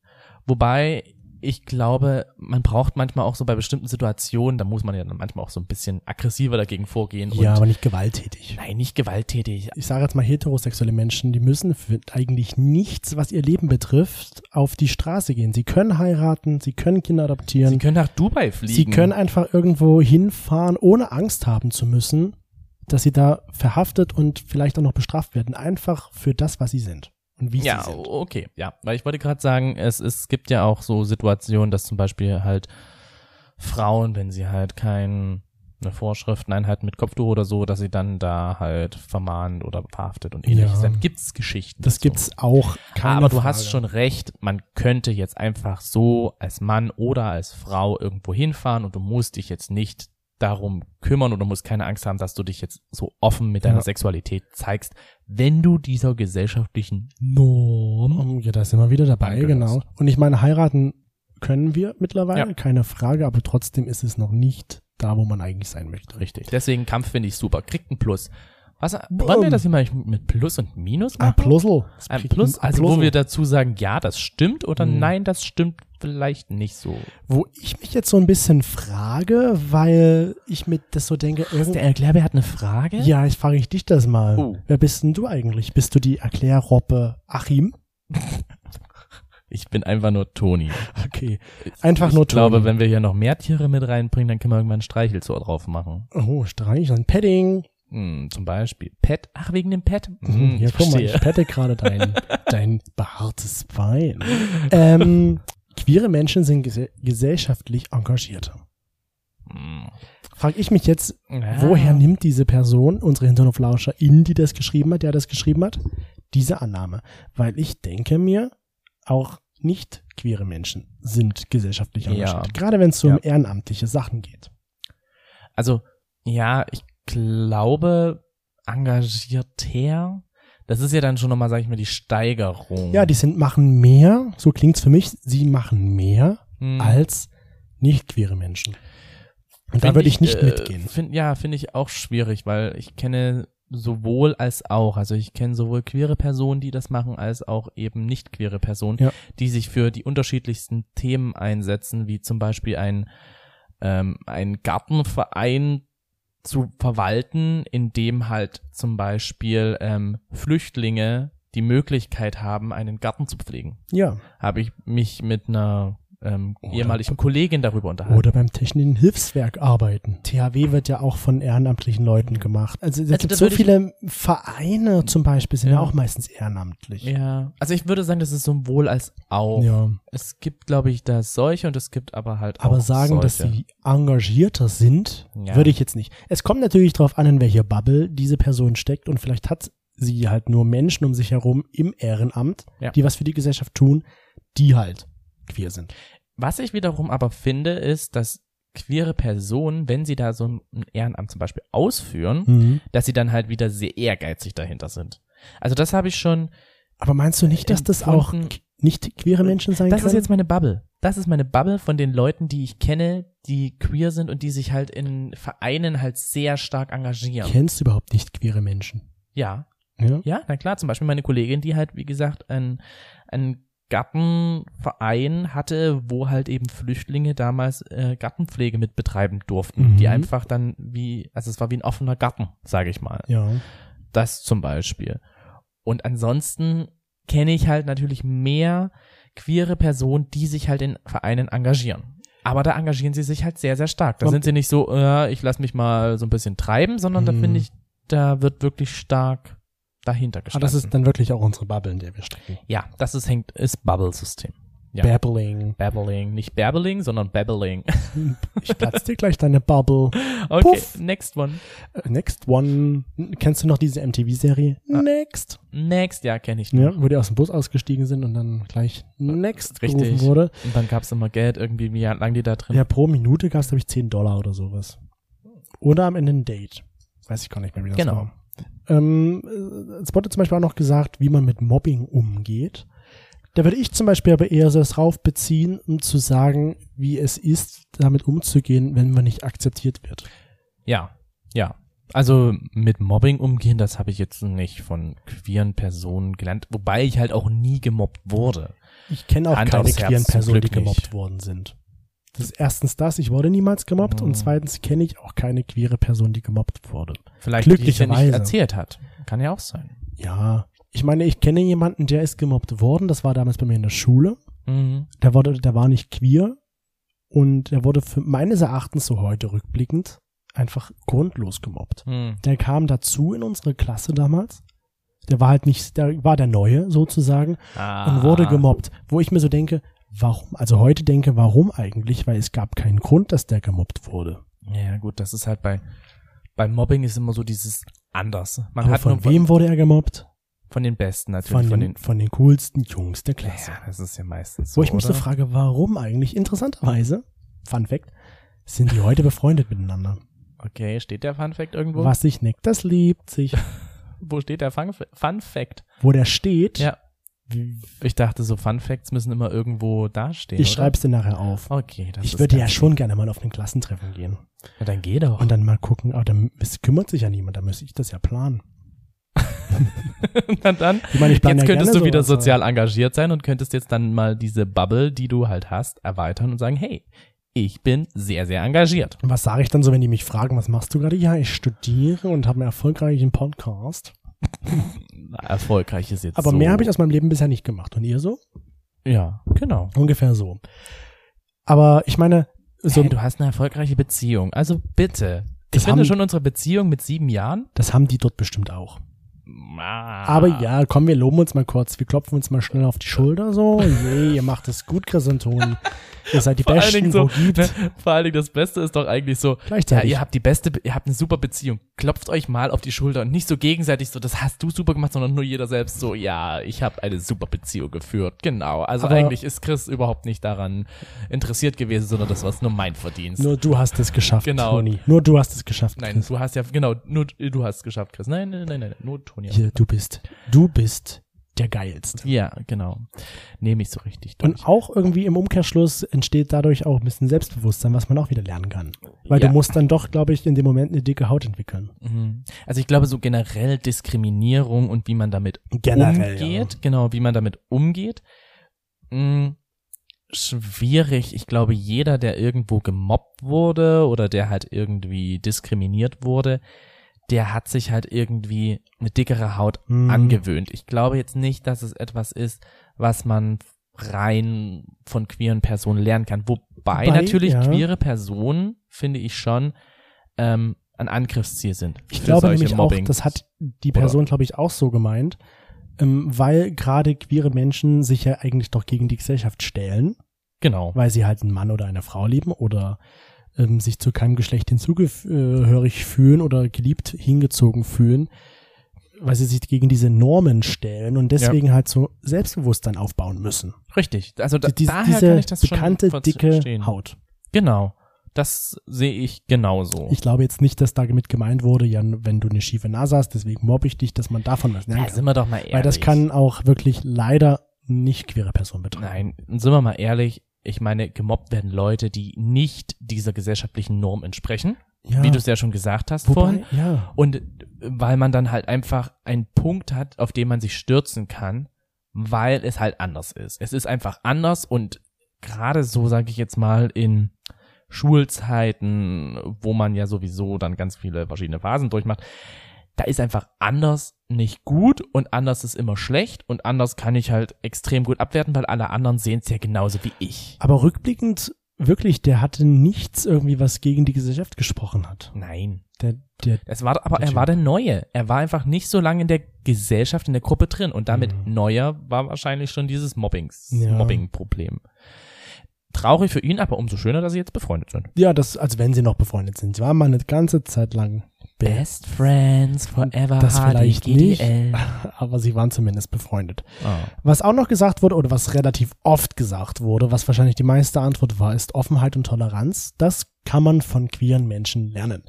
Speaker 2: wobei ich glaube, man braucht manchmal auch so bei bestimmten Situationen, da muss man ja dann manchmal auch so ein bisschen aggressiver dagegen vorgehen
Speaker 3: Ja,
Speaker 2: und
Speaker 3: aber nicht gewalttätig.
Speaker 2: nein, nicht gewalttätig.
Speaker 3: Ich sage jetzt mal heterosexuelle Menschen, die müssen für eigentlich nichts, was ihr Leben betrifft, auf die Straße gehen. Sie können heiraten, sie können Kinder adoptieren.
Speaker 2: Sie können nach Dubai fliegen.
Speaker 3: Sie können einfach irgendwo hinfahren, ohne Angst haben zu müssen, dass sie da verhaftet und vielleicht auch noch bestraft werden. Einfach für das, was sie sind und wie
Speaker 2: Ja, oh,
Speaker 3: sie sind.
Speaker 2: okay, ja. Weil ich wollte gerade sagen, es, es gibt ja auch so Situationen, dass zum Beispiel halt Frauen, wenn sie halt keine Vorschriften einhalten halt mit Kopftuch oder so, dass sie dann da halt vermahnt oder verhaftet und ähnliches.
Speaker 3: Ja.
Speaker 2: Dann gibt's Geschichten.
Speaker 3: Das
Speaker 2: dazu.
Speaker 3: gibt's auch. Keine
Speaker 2: Aber du
Speaker 3: Frage.
Speaker 2: hast schon recht, man könnte jetzt einfach so als Mann oder als Frau irgendwo hinfahren und du musst dich jetzt nicht darum kümmern oder musst keine Angst haben, dass du dich jetzt so offen mit deiner
Speaker 3: Ja.
Speaker 2: Sexualität zeigst, wenn du dieser gesellschaftlichen Norm
Speaker 3: Um, ja, da sind wir wieder dabei,
Speaker 2: Oh, Danke,
Speaker 3: genau. Und ich meine, heiraten können wir mittlerweile,
Speaker 2: Ja.
Speaker 3: keine Frage, aber trotzdem ist es noch nicht da, wo man eigentlich sein möchte. Richtig.
Speaker 2: Deswegen Kampf finde ich super. Kriegt ein Plus. Was, wollen
Speaker 3: Boom.
Speaker 2: wir das hier mal mit Ähm. Ah, Plus und Minus
Speaker 3: Ein
Speaker 2: machen?
Speaker 3: Plusel.
Speaker 2: Ein Plus, also wo
Speaker 3: Plusel.
Speaker 2: wir dazu sagen, ja, das stimmt oder
Speaker 3: Hm.
Speaker 2: nein, das stimmt vielleicht nicht so.
Speaker 3: Wo ich mich jetzt so ein bisschen frage, weil ich mir das so denke, irgendwie,
Speaker 2: Erklärbär hat eine Frage? Ja.
Speaker 3: ja, ich frage ich dich das mal.
Speaker 2: Oh.
Speaker 3: Wer bist denn du eigentlich? Bist du die Erklärroppe Achim? [laughs]
Speaker 2: Ich bin einfach nur Toni.
Speaker 3: Okay. Einfach
Speaker 2: ich
Speaker 3: nur
Speaker 2: Ich glaube,
Speaker 3: Toni.
Speaker 2: wenn wir hier noch mehr Tiere mit reinbringen, dann können wir irgendwann Streichel so drauf machen.
Speaker 3: Oh, streich und Padding.
Speaker 2: Hm, zum Beispiel Pet. Ach, wegen dem Pet? Hm,
Speaker 3: Hm, ja,
Speaker 2: ich
Speaker 3: guck mal,
Speaker 2: verstehe.
Speaker 3: ich pette gerade
Speaker 2: [laughs]
Speaker 3: dein, dein behaartes Bein. Ähm, queere Menschen sind gese gesellschaftlich engagiert.
Speaker 2: Hm.
Speaker 3: Frag ich mich jetzt,
Speaker 2: Ja.
Speaker 3: woher nimmt diese Person, unsere Hinterhoflauscherin, die das geschrieben hat, der das geschrieben hat, diese Annahme? Weil ich denke mir, auch nicht queere Menschen sind gesellschaftlich
Speaker 2: Ja.
Speaker 3: engagiert. Gerade wenn es so
Speaker 2: Ja.
Speaker 3: um ehrenamtliche Sachen geht.
Speaker 2: Also, ja, ich glaube, engagierter, das ist ja dann schon nochmal, sag ich mal, die Steigerung.
Speaker 3: Ja, die sind, machen mehr, so klingt's für mich, sie machen mehr
Speaker 2: Hm.
Speaker 3: als nicht queere Menschen. Und da
Speaker 2: Find
Speaker 3: würde ich nicht
Speaker 2: äh,
Speaker 3: mitgehen.
Speaker 2: Find, ja, finde ich auch schwierig, weil ich kenne sowohl als auch, also ich kenne sowohl queere Personen, die das machen, als auch eben nicht queere Personen,
Speaker 3: Ja.
Speaker 2: die sich für die unterschiedlichsten Themen einsetzen, wie zum Beispiel ein, ähm, ein Gartenverein zu verwalten, in dem halt zum Beispiel ähm, Flüchtlinge die Möglichkeit haben, einen Garten zu pflegen.
Speaker 3: Ja.
Speaker 2: Habe ich mich mit einer ähm,
Speaker 3: Oder-
Speaker 2: ehemaligen Kollegin darüber unterhalten.
Speaker 3: Oder beim technischen Hilfswerk arbeiten. THW wird ja auch von ehrenamtlichen Leuten gemacht. Also es
Speaker 2: Also
Speaker 3: gibt
Speaker 2: da
Speaker 3: so
Speaker 2: würde ich-
Speaker 3: viele Vereine zum Beispiel, sind ja,
Speaker 2: Ja.
Speaker 3: auch meistens ehrenamtlich.
Speaker 2: Ja, also ich würde sagen, das ist sowohl als auch.
Speaker 3: Ja.
Speaker 2: Es gibt, glaube ich, da solche und es gibt aber halt auch
Speaker 3: Aber sagen,
Speaker 2: solche.
Speaker 3: dass sie engagierter sind,
Speaker 2: Ja.
Speaker 3: würde ich jetzt nicht. Es kommt natürlich darauf an, in welcher Bubble diese Person steckt und vielleicht hat sie halt nur Menschen um sich herum im Ehrenamt,
Speaker 2: Ja.
Speaker 3: die was für die Gesellschaft tun, die halt queer sind.
Speaker 2: Was ich wiederum aber finde, ist, dass queere Personen, wenn sie da so ein Ehrenamt zum Beispiel ausführen,
Speaker 3: Hm.
Speaker 2: dass sie dann halt wieder sehr ehrgeizig dahinter sind. Also das habe ich schon,
Speaker 3: Aber meinst du nicht, dass das auch
Speaker 2: Empfunden-
Speaker 3: k- nicht queere Menschen sein
Speaker 2: Äh, das
Speaker 3: können?
Speaker 2: ist jetzt meine Bubble. Das ist meine Bubble von den Leuten, die ich kenne, die queer sind und die sich halt in Vereinen halt sehr stark engagieren.
Speaker 3: Kennst du überhaupt nicht queere Menschen?
Speaker 2: Ja.
Speaker 3: Ja.
Speaker 2: Ja, na klar, zum Beispiel meine Kollegin, die halt, wie gesagt, ein, ein Gartenverein hatte, wo halt eben Flüchtlinge damals äh, Gartenpflege mit betreiben durften,
Speaker 3: Mhm.
Speaker 2: die einfach dann wie, also es war wie ein offener Garten, sage ich mal.
Speaker 3: Ja.
Speaker 2: Das zum Beispiel. Und ansonsten kenne ich halt natürlich mehr queere Personen, die sich halt in Vereinen engagieren. Aber da engagieren sie sich halt sehr, sehr stark. Da
Speaker 3: Man-
Speaker 2: sind sie nicht so, äh, ich lass mich mal so ein bisschen treiben, sondern da
Speaker 3: Mhm.
Speaker 2: finde ich, da wird wirklich stark dahinter
Speaker 3: Aber
Speaker 2: gestanden.
Speaker 3: Ah, das ist dann wirklich auch unsere Bubble, in der wir stecken.
Speaker 2: ja, das ist hängt, ist Bubble-System. Ja.
Speaker 3: Babbling.
Speaker 2: Babbling, nicht Babbling, sondern Babbling. [laughs]
Speaker 3: Ich platz dir gleich deine Bubble.
Speaker 2: Okay,
Speaker 3: Puff.
Speaker 2: next one.
Speaker 3: Äh, Next one. Kennst du noch diese MTV-Serie?
Speaker 2: Ah.
Speaker 3: Next.
Speaker 2: Next, ja, kenne ich.
Speaker 3: Ja, wo die aus dem Bus ausgestiegen sind und dann gleich next
Speaker 2: Richtig.
Speaker 3: gerufen wurde.
Speaker 2: Und dann gab's immer Geld irgendwie, wie lang die da drin
Speaker 3: Ja, pro Minute gab es, glaube ich, 10 Dollar oder sowas. Oder am Ende ein Date. Weiß ich gar nicht mehr, wie das
Speaker 2: Genau.
Speaker 3: war. Ähm, äh, es wurde zum Beispiel auch noch gesagt, wie man mit Mobbing umgeht. Da würde ich zum Beispiel aber eher so darauf beziehen, um zu sagen, wie es ist, damit umzugehen, wenn man nicht akzeptiert wird.
Speaker 2: Ja, ja. Also mit Mobbing umgehen, das habe ich jetzt nicht von queeren Personen gelernt, wobei ich halt auch nie gemobbt wurde.
Speaker 3: Ich kenne auch
Speaker 2: Hand
Speaker 3: keine
Speaker 2: aufs Herz,
Speaker 3: queeren
Speaker 2: zum
Speaker 3: Personen, die
Speaker 2: Glück nicht.
Speaker 3: gemobbt worden sind. Das ist erstens das, ich wurde niemals gemobbt
Speaker 2: Mm.
Speaker 3: und zweitens kenne ich auch keine queere Person, die gemobbt wurde.
Speaker 2: Vielleicht die es ja nicht
Speaker 3: Glücklicherweise.
Speaker 2: erzählt hat. Kann ja auch sein.
Speaker 3: Ja, ich meine, ich kenne jemanden, der ist gemobbt worden, das war damals bei mir in der Schule.
Speaker 2: Mhm.
Speaker 3: Der, wurde, der war nicht queer und der wurde für meines Erachtens so heute rückblickend einfach grundlos gemobbt.
Speaker 2: Mhm.
Speaker 3: Der kam dazu in unsere Klasse damals. Der war halt nicht, der war der Neue sozusagen
Speaker 2: Ah.
Speaker 3: und wurde gemobbt. Wo ich mir so denke, warum, also heute denke, warum eigentlich? Weil es gab keinen Grund, dass der gemobbt wurde.
Speaker 2: Ja, gut, das ist halt bei, bei Mobbing ist immer so dieses anders.
Speaker 3: Aber
Speaker 2: Man hat
Speaker 3: Also von
Speaker 2: nur
Speaker 3: wem wurde er gemobbt?
Speaker 2: Von den Besten natürlich.
Speaker 3: Von,
Speaker 2: Von,
Speaker 3: den, von den coolsten Jungs der
Speaker 2: den
Speaker 3: Klasse.
Speaker 2: ja, das ist ja meistens so.
Speaker 3: Wo ich mich
Speaker 2: oder?
Speaker 3: so frage, warum eigentlich? Interessanterweise, Fun Fact, Sind die heute befreundet miteinander?
Speaker 2: Okay, steht der Fun Fact irgendwo?
Speaker 3: Was sich neckt, das liebt sich.
Speaker 2: Wo steht der Fun, Fun Fact?
Speaker 3: Wo der steht,
Speaker 2: Ja. Ich dachte, so Fun Facts müssen immer irgendwo dastehen.
Speaker 3: ich
Speaker 2: oder?
Speaker 3: schreib's dir nachher auf.
Speaker 2: Okay, das
Speaker 3: Ich
Speaker 2: ist
Speaker 3: würde ja
Speaker 2: ganz-
Speaker 3: schon gerne mal auf einen Klassentreffen gehen
Speaker 2: Ja, dann geh doch.
Speaker 3: und dann mal gucken, aber dann es kümmert sich ja niemand, da müsste ich das ja planen.
Speaker 2: Na dann.
Speaker 3: Ich meine, ich plane
Speaker 2: Jetzt
Speaker 3: ja
Speaker 2: könntest
Speaker 3: gerne
Speaker 2: du wieder
Speaker 3: sowas, aber-
Speaker 2: sozial engagiert sein und könntest jetzt dann mal diese Bubble, die du halt hast, erweitern und sagen, hey, ich bin sehr, sehr engagiert.
Speaker 3: Und was sage ich dann so, wenn die mich fragen, was machst du gerade? Ja, ich studiere und habe einen erfolgreichen Podcast.
Speaker 2: Erfolgreich ist jetzt
Speaker 3: Aber
Speaker 2: so.
Speaker 3: mehr habe ich aus meinem Leben bisher nicht gemacht. Und ihr so?
Speaker 2: Ja, genau.
Speaker 3: Ungefähr so. Aber ich meine, so,
Speaker 2: hey, du hast eine erfolgreiche Beziehung. Also bitte. Ich
Speaker 3: Das
Speaker 2: finde
Speaker 3: haben-
Speaker 2: schon unsere Beziehung mit sieben Jahren. ah.
Speaker 3: das haben die dort bestimmt auch. Aber ja, komm, wir loben uns mal kurz. Wir klopfen uns mal schnell auf die Schulter so. Yay, ihr macht es gut, Chris und Toni. Ihr seid die
Speaker 2: Vor allen
Speaker 3: Besten,
Speaker 2: Dingen so,
Speaker 3: wo gibt.
Speaker 2: ne, [laughs] vor allen Dingen das Beste ist doch eigentlich so, ja,
Speaker 3: Gleichzeitig.
Speaker 2: ihr habt die beste, Be- ihr habt eine super Beziehung. Klopft euch mal auf die Schulter und nicht so gegenseitig so, das hast du super gemacht, sondern nur jeder selbst so, ja, ich habe eine super Beziehung geführt. Genau. Also
Speaker 3: Aber-
Speaker 2: eigentlich ist Chris überhaupt nicht daran interessiert gewesen, sondern das war nur mein Verdienst.
Speaker 3: Nur du hast es geschafft,
Speaker 2: Genau.
Speaker 3: Toni. Nur du hast es geschafft,
Speaker 2: nein,
Speaker 3: Chris.
Speaker 2: du hast ja, genau, nur du hast es geschafft, Chris. Nein, nein, nein, nein, nur Toni.
Speaker 3: Hier, du bist. Du bist der Geilste.
Speaker 2: Ja, genau. Nehme ich so richtig durch.
Speaker 3: Und auch irgendwie im Umkehrschluss entsteht dadurch auch ein bisschen Selbstbewusstsein, was man auch wieder lernen kann. Weil
Speaker 2: Ja.
Speaker 3: du musst dann doch, glaube ich, in dem Moment eine dicke Haut entwickeln.
Speaker 2: Mhm. Also ich glaube, so generell Diskriminierung und wie man damit umgeht, genau, wie man damit umgeht, mh, schwierig. Ich glaube, jeder, der irgendwo gemobbt wurde oder der halt irgendwie diskriminiert wurde, der hat sich halt irgendwie eine dickere Haut
Speaker 3: Mhm.
Speaker 2: angewöhnt. Ich glaube jetzt nicht, dass es etwas ist, was man rein von queeren Personen lernen kann.
Speaker 3: Wobei,
Speaker 2: Wobei natürlich
Speaker 3: ja.
Speaker 2: queere Personen, finde ich schon, ähm, ein Angriffsziel sind.
Speaker 3: Ich
Speaker 2: für
Speaker 3: glaube
Speaker 2: solche
Speaker 3: nämlich
Speaker 2: Mobbing.
Speaker 3: auch, das hat die
Speaker 2: Oder-
Speaker 3: Person, glaube ich, auch so gemeint, ähm, weil gerade queere Menschen sich ja eigentlich doch gegen die Gesellschaft stellen,
Speaker 2: genau.
Speaker 3: weil sie halt einen Mann oder eine Frau lieben oder ähm, sich zu keinem Geschlecht hinzugehörig fühlen oder geliebt hingezogen fühlen, weil sie sich gegen diese Normen stellen und deswegen halt so Selbstbewusstsein aufbauen müssen.
Speaker 2: Richtig. Also da,
Speaker 3: Die-
Speaker 2: daher
Speaker 3: diese
Speaker 2: kann ich das
Speaker 3: bekannte
Speaker 2: schon
Speaker 3: dicke
Speaker 2: verstehen.
Speaker 3: Haut.
Speaker 2: Genau. Das sehe ich genauso.
Speaker 3: Ich glaube jetzt nicht, dass damit gemeint wurde, Jan, wenn du eine schiefe Nase hast, deswegen mobbe ich dich, dass man davon was lernen
Speaker 2: ja, also
Speaker 3: kann.
Speaker 2: sind wir doch mal ehrlich.
Speaker 3: Weil das kann auch wirklich leider nicht queere Personen betreffen.
Speaker 2: Nein, sind wir mal ehrlich. Ich meine, gemobbt werden Leute, die nicht dieser gesellschaftlichen Norm entsprechen,
Speaker 3: Ja.
Speaker 2: wie du es ja schon gesagt hast vorhin.
Speaker 3: Wobei, ja.
Speaker 2: Und weil man dann halt einfach einen Punkt hat, auf den man sich stürzen kann, weil es halt anders ist. Es ist einfach anders und gerade so, sage ich jetzt mal, in Schulzeiten, wo man ja sowieso dann ganz viele verschiedene Phasen durchmacht, da ist einfach anders nicht gut und anders ist immer schlecht und anders kann ich halt extrem gut abwerten, weil alle anderen sehen es ja genauso wie ich.
Speaker 3: Aber rückblickend, wirklich, der hatte nichts irgendwie, was gegen die Gesellschaft gesprochen hat.
Speaker 2: Nein.
Speaker 3: Der, der,
Speaker 2: Es war, aber
Speaker 3: Das
Speaker 2: er war der Neue. Er war einfach nicht so lange in der Gesellschaft, in der Gruppe drin. Und damit
Speaker 3: Mhm.
Speaker 2: Neuer war wahrscheinlich schon dieses Mobbings,
Speaker 3: Ja.
Speaker 2: Mobbing-Problem. Traurig für ihn, aber umso schöner, dass sie jetzt befreundet sind.
Speaker 3: ja, das, als wenn sie noch befreundet sind. Sie waren mal eine ganze Zeit lang [laughs] best,
Speaker 2: Best Friends Forever
Speaker 3: Das
Speaker 2: HD,
Speaker 3: vielleicht
Speaker 2: GDL.
Speaker 3: aber sie waren zumindest befreundet.
Speaker 2: Ah.
Speaker 3: Was auch noch gesagt wurde oder was relativ oft gesagt wurde, was wahrscheinlich die meiste Antwort war, ist Offenheit und Toleranz. Das kann man von queeren Menschen lernen.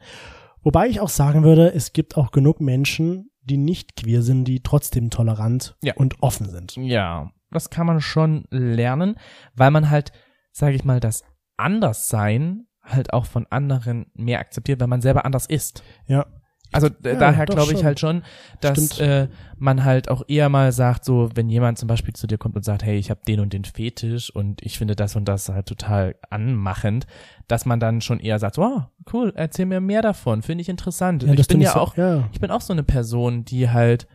Speaker 3: Wobei ich auch sagen würde, es gibt auch genug Menschen, die nicht queer sind, die trotzdem tolerant
Speaker 2: Ja.
Speaker 3: und offen sind.
Speaker 2: Ja, das kann man schon lernen, weil man halt, sage ich mal, das Anderssein halt auch von anderen mehr akzeptiert, weil man selber anders ist.
Speaker 3: Ja.
Speaker 2: Also d-
Speaker 3: Ja,
Speaker 2: daher
Speaker 3: doch
Speaker 2: glaube ich
Speaker 3: schon.
Speaker 2: halt schon, dass
Speaker 3: Stimmt.
Speaker 2: äh, man halt auch eher mal sagt, so wenn jemand zum Beispiel zu dir kommt und sagt, hey, ich habe den und den Fetisch und ich finde das und das halt total anmachend, dass man dann schon eher sagt, wow, cool, erzähl mir mehr davon, finde ich interessant.
Speaker 3: dass
Speaker 2: Also ich
Speaker 3: du
Speaker 2: bin
Speaker 3: nicht
Speaker 2: ja
Speaker 3: so-
Speaker 2: auch,
Speaker 3: Ja.
Speaker 2: ich bin auch so eine Person, die halt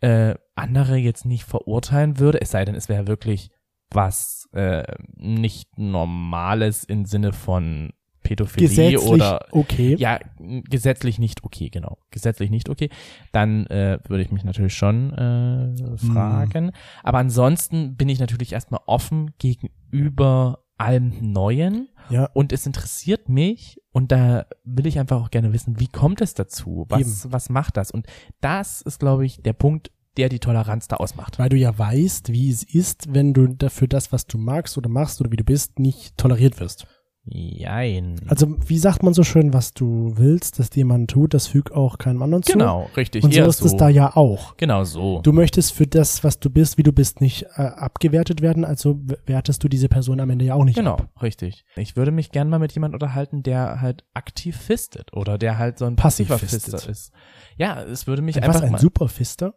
Speaker 2: äh, andere jetzt nicht verurteilen würde, es sei denn, es wäre wirklich was äh, nicht Normales im Sinne von Pädophilie
Speaker 3: Gesetzlich
Speaker 2: oder
Speaker 3: okay.
Speaker 2: ja, n- gesetzlich nicht okay, genau. Gesetzlich nicht okay. Dann äh, würde ich mich natürlich schon
Speaker 3: Mhm.
Speaker 2: äh, fragen. Aber ansonsten bin ich natürlich erstmal offen gegenüber allem Neuen.
Speaker 3: Ja.
Speaker 2: Und es interessiert mich und da will ich einfach auch gerne wissen, wie kommt es dazu? Was, was macht das? Und das ist, glaube ich, der Punkt, der die Toleranz da ausmacht.
Speaker 3: Weil du ja weißt, wie es ist, wenn du dafür das, was du magst oder machst oder wie du bist, nicht toleriert wirst.
Speaker 2: Jein.
Speaker 3: Also, wie sagt man so schön, was du willst, dass jemand tut, das füg auch keinem anderen zu.
Speaker 2: Genau, richtig.
Speaker 3: Und so
Speaker 2: eher
Speaker 3: ist es da ja auch.
Speaker 2: Genau so.
Speaker 3: Du möchtest für das, was du bist, wie du bist, nicht äh, abgewertet werden, also w- wertest du diese Person am Ende ja auch nicht
Speaker 2: genau,
Speaker 3: ab.
Speaker 2: richtig. Ich würde mich gern mal mit jemand unterhalten, der halt aktiv fistet oder der halt so ein passiver
Speaker 3: Passiv fistet.
Speaker 2: Fister ist. Ja, es würde mich
Speaker 3: Und
Speaker 2: einfach
Speaker 3: Was, ein
Speaker 2: mal.
Speaker 3: Superfister?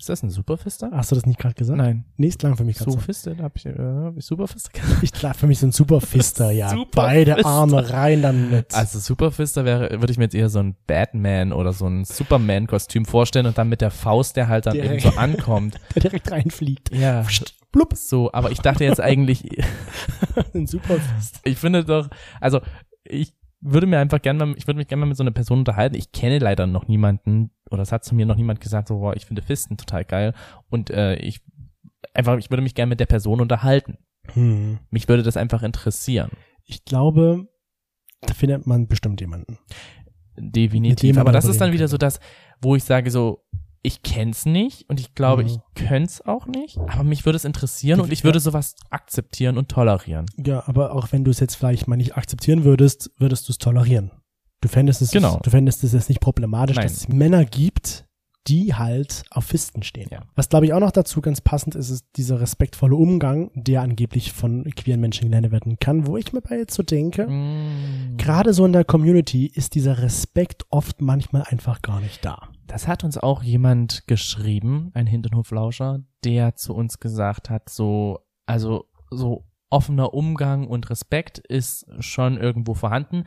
Speaker 2: ist das ein Superfister?
Speaker 3: Hast du das nicht gerade gesagt?
Speaker 2: Nein.
Speaker 3: Nee, ist lang für mich gerade so.
Speaker 2: Sufistin? Hab Ah, ich, äh, hab ich Superfister gesagt?
Speaker 3: Ich klar, für mich so ein Superfister,
Speaker 2: [laughs]
Speaker 3: ja.
Speaker 2: Superfister.
Speaker 3: Beide Arme rein damit.
Speaker 2: Also Superfister wäre, würde ich mir jetzt eher so ein Batman oder so ein Superman-Kostüm vorstellen und dann mit der Faust, der halt dann
Speaker 3: Der-
Speaker 2: [laughs] eben so ankommt.
Speaker 3: [laughs] der direkt reinfliegt.
Speaker 2: ja.
Speaker 3: Blub,
Speaker 2: So, aber ich dachte jetzt eigentlich,
Speaker 3: [laughs] ein Superfister.
Speaker 2: ich finde doch, also ich würde mir einfach gerne mal, ich würde mich gerne mal mit so einer Person unterhalten. Ich kenne leider noch niemanden oder es hat zu mir noch niemand gesagt, so, boah, ich finde Fisten total geil und äh, ich einfach, ich würde mich gerne mit der Person unterhalten.
Speaker 3: Hm.
Speaker 2: Mich würde das einfach interessieren.
Speaker 3: Ich glaube, da findet man bestimmt jemanden. Mit dem
Speaker 2: Definitiv.
Speaker 3: man
Speaker 2: Aber das
Speaker 3: darüber
Speaker 2: ist dann
Speaker 3: reden
Speaker 2: wieder
Speaker 3: kann.
Speaker 2: so das, wo ich sage so, ich kenn's nicht und ich glaube,
Speaker 3: Mhm.
Speaker 2: ich könnte auch nicht, aber mich würde es interessieren und ich würde sowas akzeptieren und tolerieren.
Speaker 3: Ja, aber auch wenn du es jetzt vielleicht mal nicht akzeptieren würdest, würdest du es tolerieren. Du fändest es,
Speaker 2: Genau.
Speaker 3: du fändest es jetzt nicht problematisch,
Speaker 2: Nein.
Speaker 3: dass es Männer gibt, die halt auf Fisten stehen.
Speaker 2: Ja.
Speaker 3: Was glaube ich auch noch dazu ganz passend ist, ist dieser respektvolle Umgang, der angeblich von queeren Menschen gelernt werden kann, wo ich mir bei jetzt so denke,
Speaker 2: Mhm.
Speaker 3: gerade so in der Community ist dieser Respekt oft manchmal einfach gar nicht da.
Speaker 2: Das hat uns auch jemand geschrieben, ein Hinterhoflauscher, der zu uns gesagt hat, so, also so offener Umgang und Respekt ist schon irgendwo vorhanden,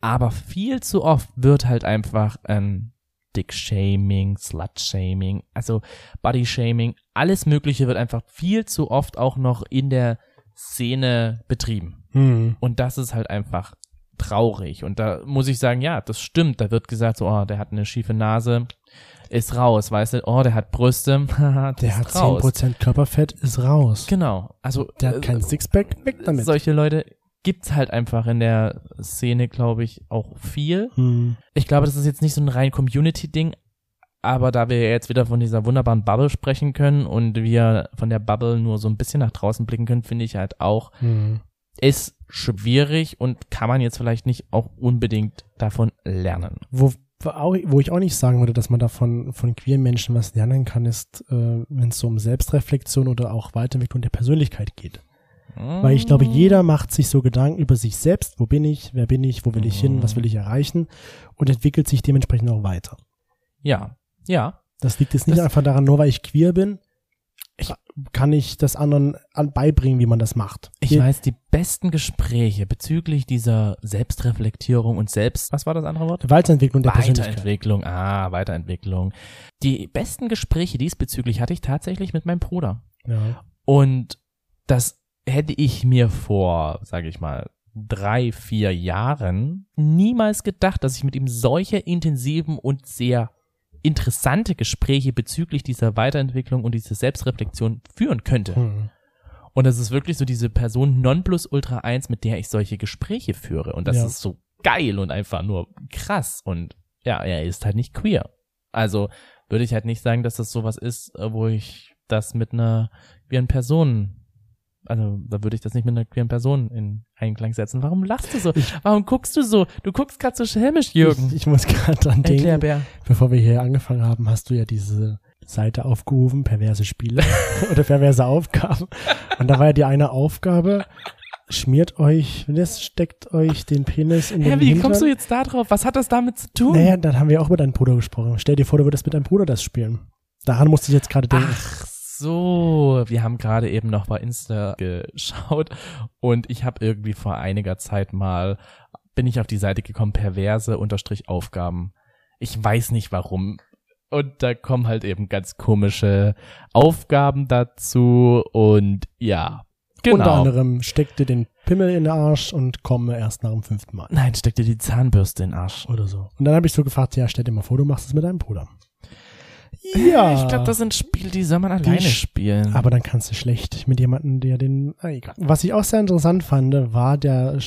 Speaker 2: aber viel zu oft wird halt einfach ähm, Dick-Shaming, Slut-Shaming, also Body-Shaming, alles Mögliche wird einfach viel zu oft auch noch in der Szene betrieben.
Speaker 3: Hm.
Speaker 2: Und das ist halt einfach traurig. Und da muss ich sagen, ja, das stimmt. Da wird gesagt, so, oh, der hat eine schiefe Nase, ist raus, weißt du, oh, der hat Brüste, [laughs] haha,
Speaker 3: Der
Speaker 2: ist
Speaker 3: hat
Speaker 2: raus.
Speaker 3: 10% Körperfett, ist raus.
Speaker 2: Genau. Also
Speaker 3: Der hat kein Sixpack, weg damit.
Speaker 2: solche Leute gibt's halt einfach in der Szene, glaube ich, auch viel.
Speaker 3: Hm.
Speaker 2: Ich glaube, das ist jetzt nicht so ein rein Community-Ding, aber da wir jetzt wieder von dieser wunderbaren Bubble sprechen können und wir von der Bubble nur so ein bisschen nach draußen blicken können, finde ich halt auch,
Speaker 3: Hm.
Speaker 2: ist schwierig und kann man jetzt vielleicht nicht auch unbedingt davon lernen.
Speaker 3: Wo, wo auch- wo ich auch nicht sagen würde, dass man davon von queeren Menschen was lernen kann, ist, äh, wenn es so um Selbstreflexion oder auch Weiterentwicklung der Persönlichkeit geht. Weil ich
Speaker 2: Mhm.
Speaker 3: glaube, jeder macht sich so Gedanken über sich selbst. Wo bin ich? Wer bin ich? Wo will ich hin? Was will ich erreichen? Und entwickelt sich dementsprechend auch weiter.
Speaker 2: Ja, ja.
Speaker 3: Das liegt jetzt nicht
Speaker 2: Das-
Speaker 3: einfach daran, nur weil ich queer bin, ich, kann ich das anderen an, beibringen, wie man das macht.
Speaker 2: Ich
Speaker 3: Je-
Speaker 2: weiß, die besten Gespräche bezüglich dieser Selbstreflektierung und Selbst, was war das andere Wort?
Speaker 3: Weiterentwicklung der Persönlichkeit.
Speaker 2: Weiterentwicklung, ah, Weiterentwicklung. Die besten Gespräche diesbezüglich hatte ich tatsächlich mit meinem Bruder.
Speaker 3: Ja.
Speaker 2: Und das hätte ich mir vor, sage ich mal, drei, vier Jahren niemals gedacht, dass ich mit ihm solche intensiven und sehr interessante Gespräche bezüglich dieser Weiterentwicklung und dieser Selbstreflexion führen könnte.
Speaker 3: Hm.
Speaker 2: Und das ist wirklich so diese Person Nonplusultra 1, mit der ich solche Gespräche führe. Und das
Speaker 3: Ja.
Speaker 2: ist so geil und einfach nur krass. Und ja, er ist halt nicht queer. Also würde ich halt nicht sagen, dass das sowas ist, äh, wo ich das mit einer queeren Person, also da würde ich das nicht mit einer queeren Person in Einklang setzen. Warum lachst du so? Warum guckst du so? Du guckst gerade so schelmisch,
Speaker 3: Ich,
Speaker 2: Jürgen.
Speaker 3: ich muss [laughs] gerade dran denken.
Speaker 2: Erklärbär.
Speaker 3: Bevor wir hier angefangen haben, hast du ja diese Seite aufgerufen, perverse Spiele [laughs] oder perverse Aufgaben. Und da war ja die eine Aufgabe, schmiert euch, das steckt euch den Penis in den
Speaker 2: Hä, wie
Speaker 3: Hintern.
Speaker 2: kommst du jetzt da drauf? Was hat das damit zu tun?
Speaker 3: Naja, dann haben wir auch über deinen Bruder gesprochen. Stell dir vor, du würdest mit deinem Bruder das spielen. Daran musste ich jetzt gerade denken.
Speaker 2: Ach so, wir haben gerade eben noch bei Insta geschaut und ich habe irgendwie vor einiger Zeit mal, bin ich auf die Seite gekommen, perverse unterstrich Aufgaben. Ich weiß nicht warum. Und da kommen halt eben ganz komische Aufgaben dazu und ja, genau.
Speaker 3: Unter anderem steckt dir den Pimmel in den Arsch und komme erst nach dem fünften Mal.
Speaker 2: Nein, steck dir die Zahnbürste in den Arsch.
Speaker 3: Oder so. Und dann habe ich so gefragt, ja, stell dir mal vor, du machst es mit deinem Bruder. Ja.
Speaker 2: Ich glaube, das sind Spiele, die soll man alleine
Speaker 3: sch-
Speaker 2: spielen.
Speaker 3: Aber dann kannst du schlecht mit jemandem, der den. Ah, egal. Was ich auch sehr interessant fand, war der,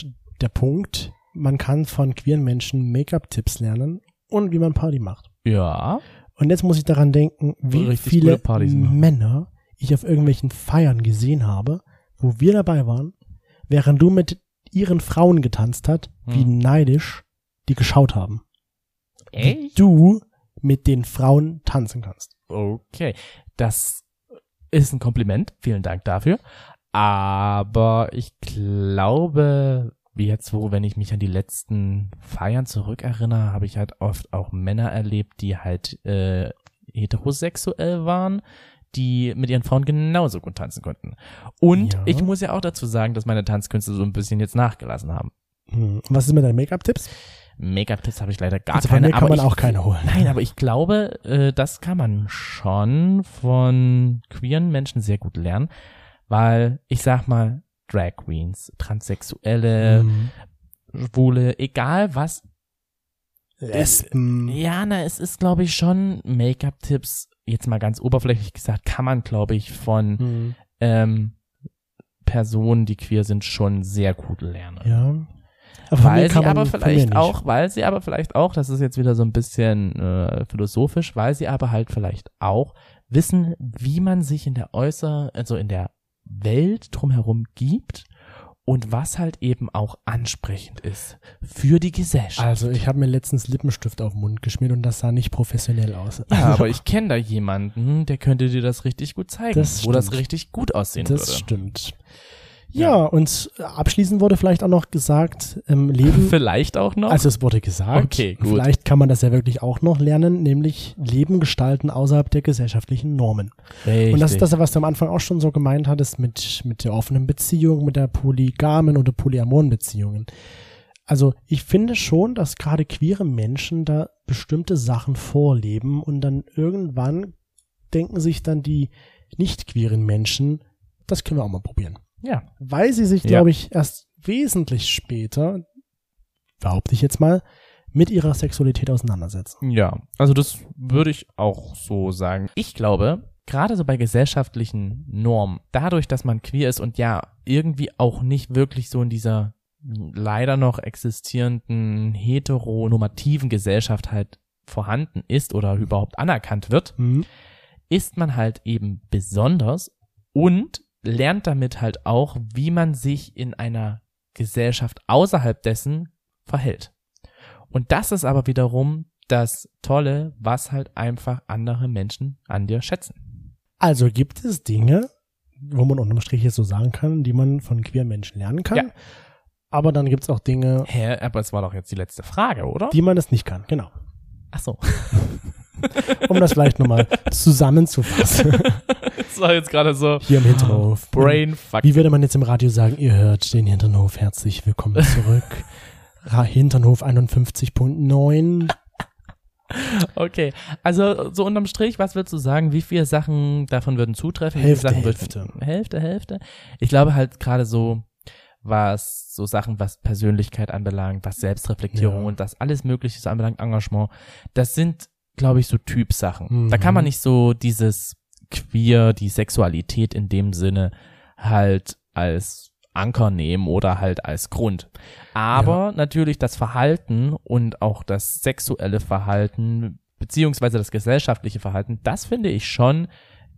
Speaker 3: der Punkt, man kann von queeren Menschen Make-up-Tipps lernen und wie man Party macht.
Speaker 2: ja.
Speaker 3: Und jetzt muss ich daran denken, wie
Speaker 2: Richtig
Speaker 3: viele
Speaker 2: gute Partys machen.
Speaker 3: Männer ich auf irgendwelchen Feiern gesehen habe, wo wir dabei waren, während du mit ihren Frauen getanzt hat, wie
Speaker 2: Hm.
Speaker 3: neidisch die geschaut haben. Wie
Speaker 2: Echt?
Speaker 3: du mit den Frauen tanzen kannst.
Speaker 2: Okay. Das ist ein Kompliment. Vielen Dank dafür. Aber ich glaube, wie jetzt wo, wenn ich mich an die letzten Feiern zurückerinnere, habe ich halt oft auch Männer erlebt, die halt äh, heterosexuell waren, die mit ihren Frauen genauso gut tanzen konnten. Und
Speaker 3: Ja.
Speaker 2: ich muss ja auch dazu sagen, dass meine Tanzkünste so ein bisschen jetzt nachgelassen haben.
Speaker 3: Hm. Und Was ist mit deinen Make-up-Tipps?
Speaker 2: Make-up-Tipps habe ich leider gar
Speaker 3: Also bei
Speaker 2: keine.
Speaker 3: mir kann
Speaker 2: aber
Speaker 3: man
Speaker 2: ich,
Speaker 3: auch keine holen.
Speaker 2: Nein, aber ich glaube, äh, das kann man schon von queeren Menschen sehr gut lernen, weil ich sag mal, Drag Queens, Transsexuelle,
Speaker 3: Hm.
Speaker 2: Schwule, egal was.
Speaker 3: Lesben.
Speaker 2: Ja, na, es ist, glaube ich, schon Make-up-Tipps, jetzt mal ganz oberflächlich gesagt, kann man, glaube ich, von
Speaker 3: Hm.
Speaker 2: ähm, Personen, die queer sind, schon sehr gut lernen.
Speaker 3: Ja. Aber von mir
Speaker 2: Ähm, Weil
Speaker 3: kann
Speaker 2: sie
Speaker 3: man-
Speaker 2: aber
Speaker 3: von mir
Speaker 2: vielleicht
Speaker 3: nicht.
Speaker 2: auch, weil sie aber vielleicht auch, das ist jetzt wieder so ein bisschen äh, philosophisch, weil sie aber halt vielleicht auch wissen, wie man sich in der äußer, also in der Welt drumherum gibt und was halt eben auch ansprechend ist für die Gesellschaft.
Speaker 3: Also ich habe mir letztens Lippenstift auf den Mund geschmiert und das sah nicht professionell aus.
Speaker 2: [laughs] ja,
Speaker 3: [laughs]
Speaker 2: aber ich kenne da jemanden, der könnte dir das richtig gut zeigen,
Speaker 3: Das
Speaker 2: wo das
Speaker 3: stimmt.
Speaker 2: richtig gut aussehen
Speaker 3: das
Speaker 2: würde.
Speaker 3: stimmt.
Speaker 2: Ja.
Speaker 3: Ja, und abschließend wurde vielleicht auch noch gesagt, im Leben.
Speaker 2: Vielleicht auch noch.
Speaker 3: Also es wurde gesagt,
Speaker 2: Okay, gut.
Speaker 3: vielleicht kann man das ja wirklich auch noch lernen, nämlich Leben gestalten außerhalb der gesellschaftlichen Normen. Und das ist das, was du am Anfang auch schon so gemeint hattest mit, mit der offenen Beziehung, mit der polygamen oder polyamoren Beziehungen. Also ich finde schon, dass gerade queere Menschen da bestimmte Sachen vorleben und dann irgendwann denken sich dann die nicht queeren Menschen, das können wir auch mal probieren.
Speaker 2: ja.
Speaker 3: Weil sie sich,
Speaker 2: Ja.
Speaker 3: glaube ich, erst wesentlich später, behaupte ich jetzt mal, mit ihrer Sexualität auseinandersetzen.
Speaker 2: Ja, also das würde ich auch so sagen. Ich glaube, gerade so bei gesellschaftlichen Normen, dadurch, dass man queer ist und ja, irgendwie auch nicht wirklich so in dieser leider noch existierenden heteronormativen Gesellschaft halt vorhanden ist oder überhaupt anerkannt wird,
Speaker 3: Hm?
Speaker 2: ist man halt eben besonders und lernt damit halt auch, wie man sich in einer Gesellschaft außerhalb dessen verhält. Und das ist aber wiederum das Tolle, was halt einfach andere Menschen an dir schätzen.
Speaker 3: Also gibt es Dinge, wo man unterm Strich jetzt so sagen kann, die man von queeren Menschen lernen kann.
Speaker 2: Ja.
Speaker 3: Aber dann gibt es auch Dinge,
Speaker 2: Hä, aber es war doch jetzt die letzte Frage, oder?
Speaker 3: die man das nicht kann. Genau.
Speaker 2: Ach [laughs] so.
Speaker 3: Um das vielleicht
Speaker 2: [laughs]
Speaker 3: nochmal zusammenzufassen. [laughs]
Speaker 2: Das war jetzt gerade so
Speaker 3: Hier im Hinterhof.
Speaker 2: Ah, Brainfuck.
Speaker 3: Wie würde man jetzt im Radio sagen, ihr hört den Hinternhof, herzlich willkommen zurück. Ra- Hinternhof 51.9.
Speaker 2: [laughs] Okay, also so unterm Strich, was würdest du sagen, wie viele Sachen davon würden zutreffen? wie viele
Speaker 3: Hälfte,
Speaker 2: Sachen
Speaker 3: Hälfte.
Speaker 2: Würden, Hälfte, Hälfte. Ich glaube halt gerade so, was so Sachen, was Persönlichkeit anbelangt, was Selbstreflektierung
Speaker 3: Ja.
Speaker 2: und das alles Mögliche so anbelangt, Engagement, das sind, glaube ich, so Typsachen.
Speaker 3: Mhm.
Speaker 2: Da kann man nicht so dieses Queer, die Sexualität in dem Sinne halt als Anker nehmen oder halt als Grund. Aber natürlich das Verhalten und auch das sexuelle Verhalten beziehungsweise das gesellschaftliche Verhalten, das finde ich schon,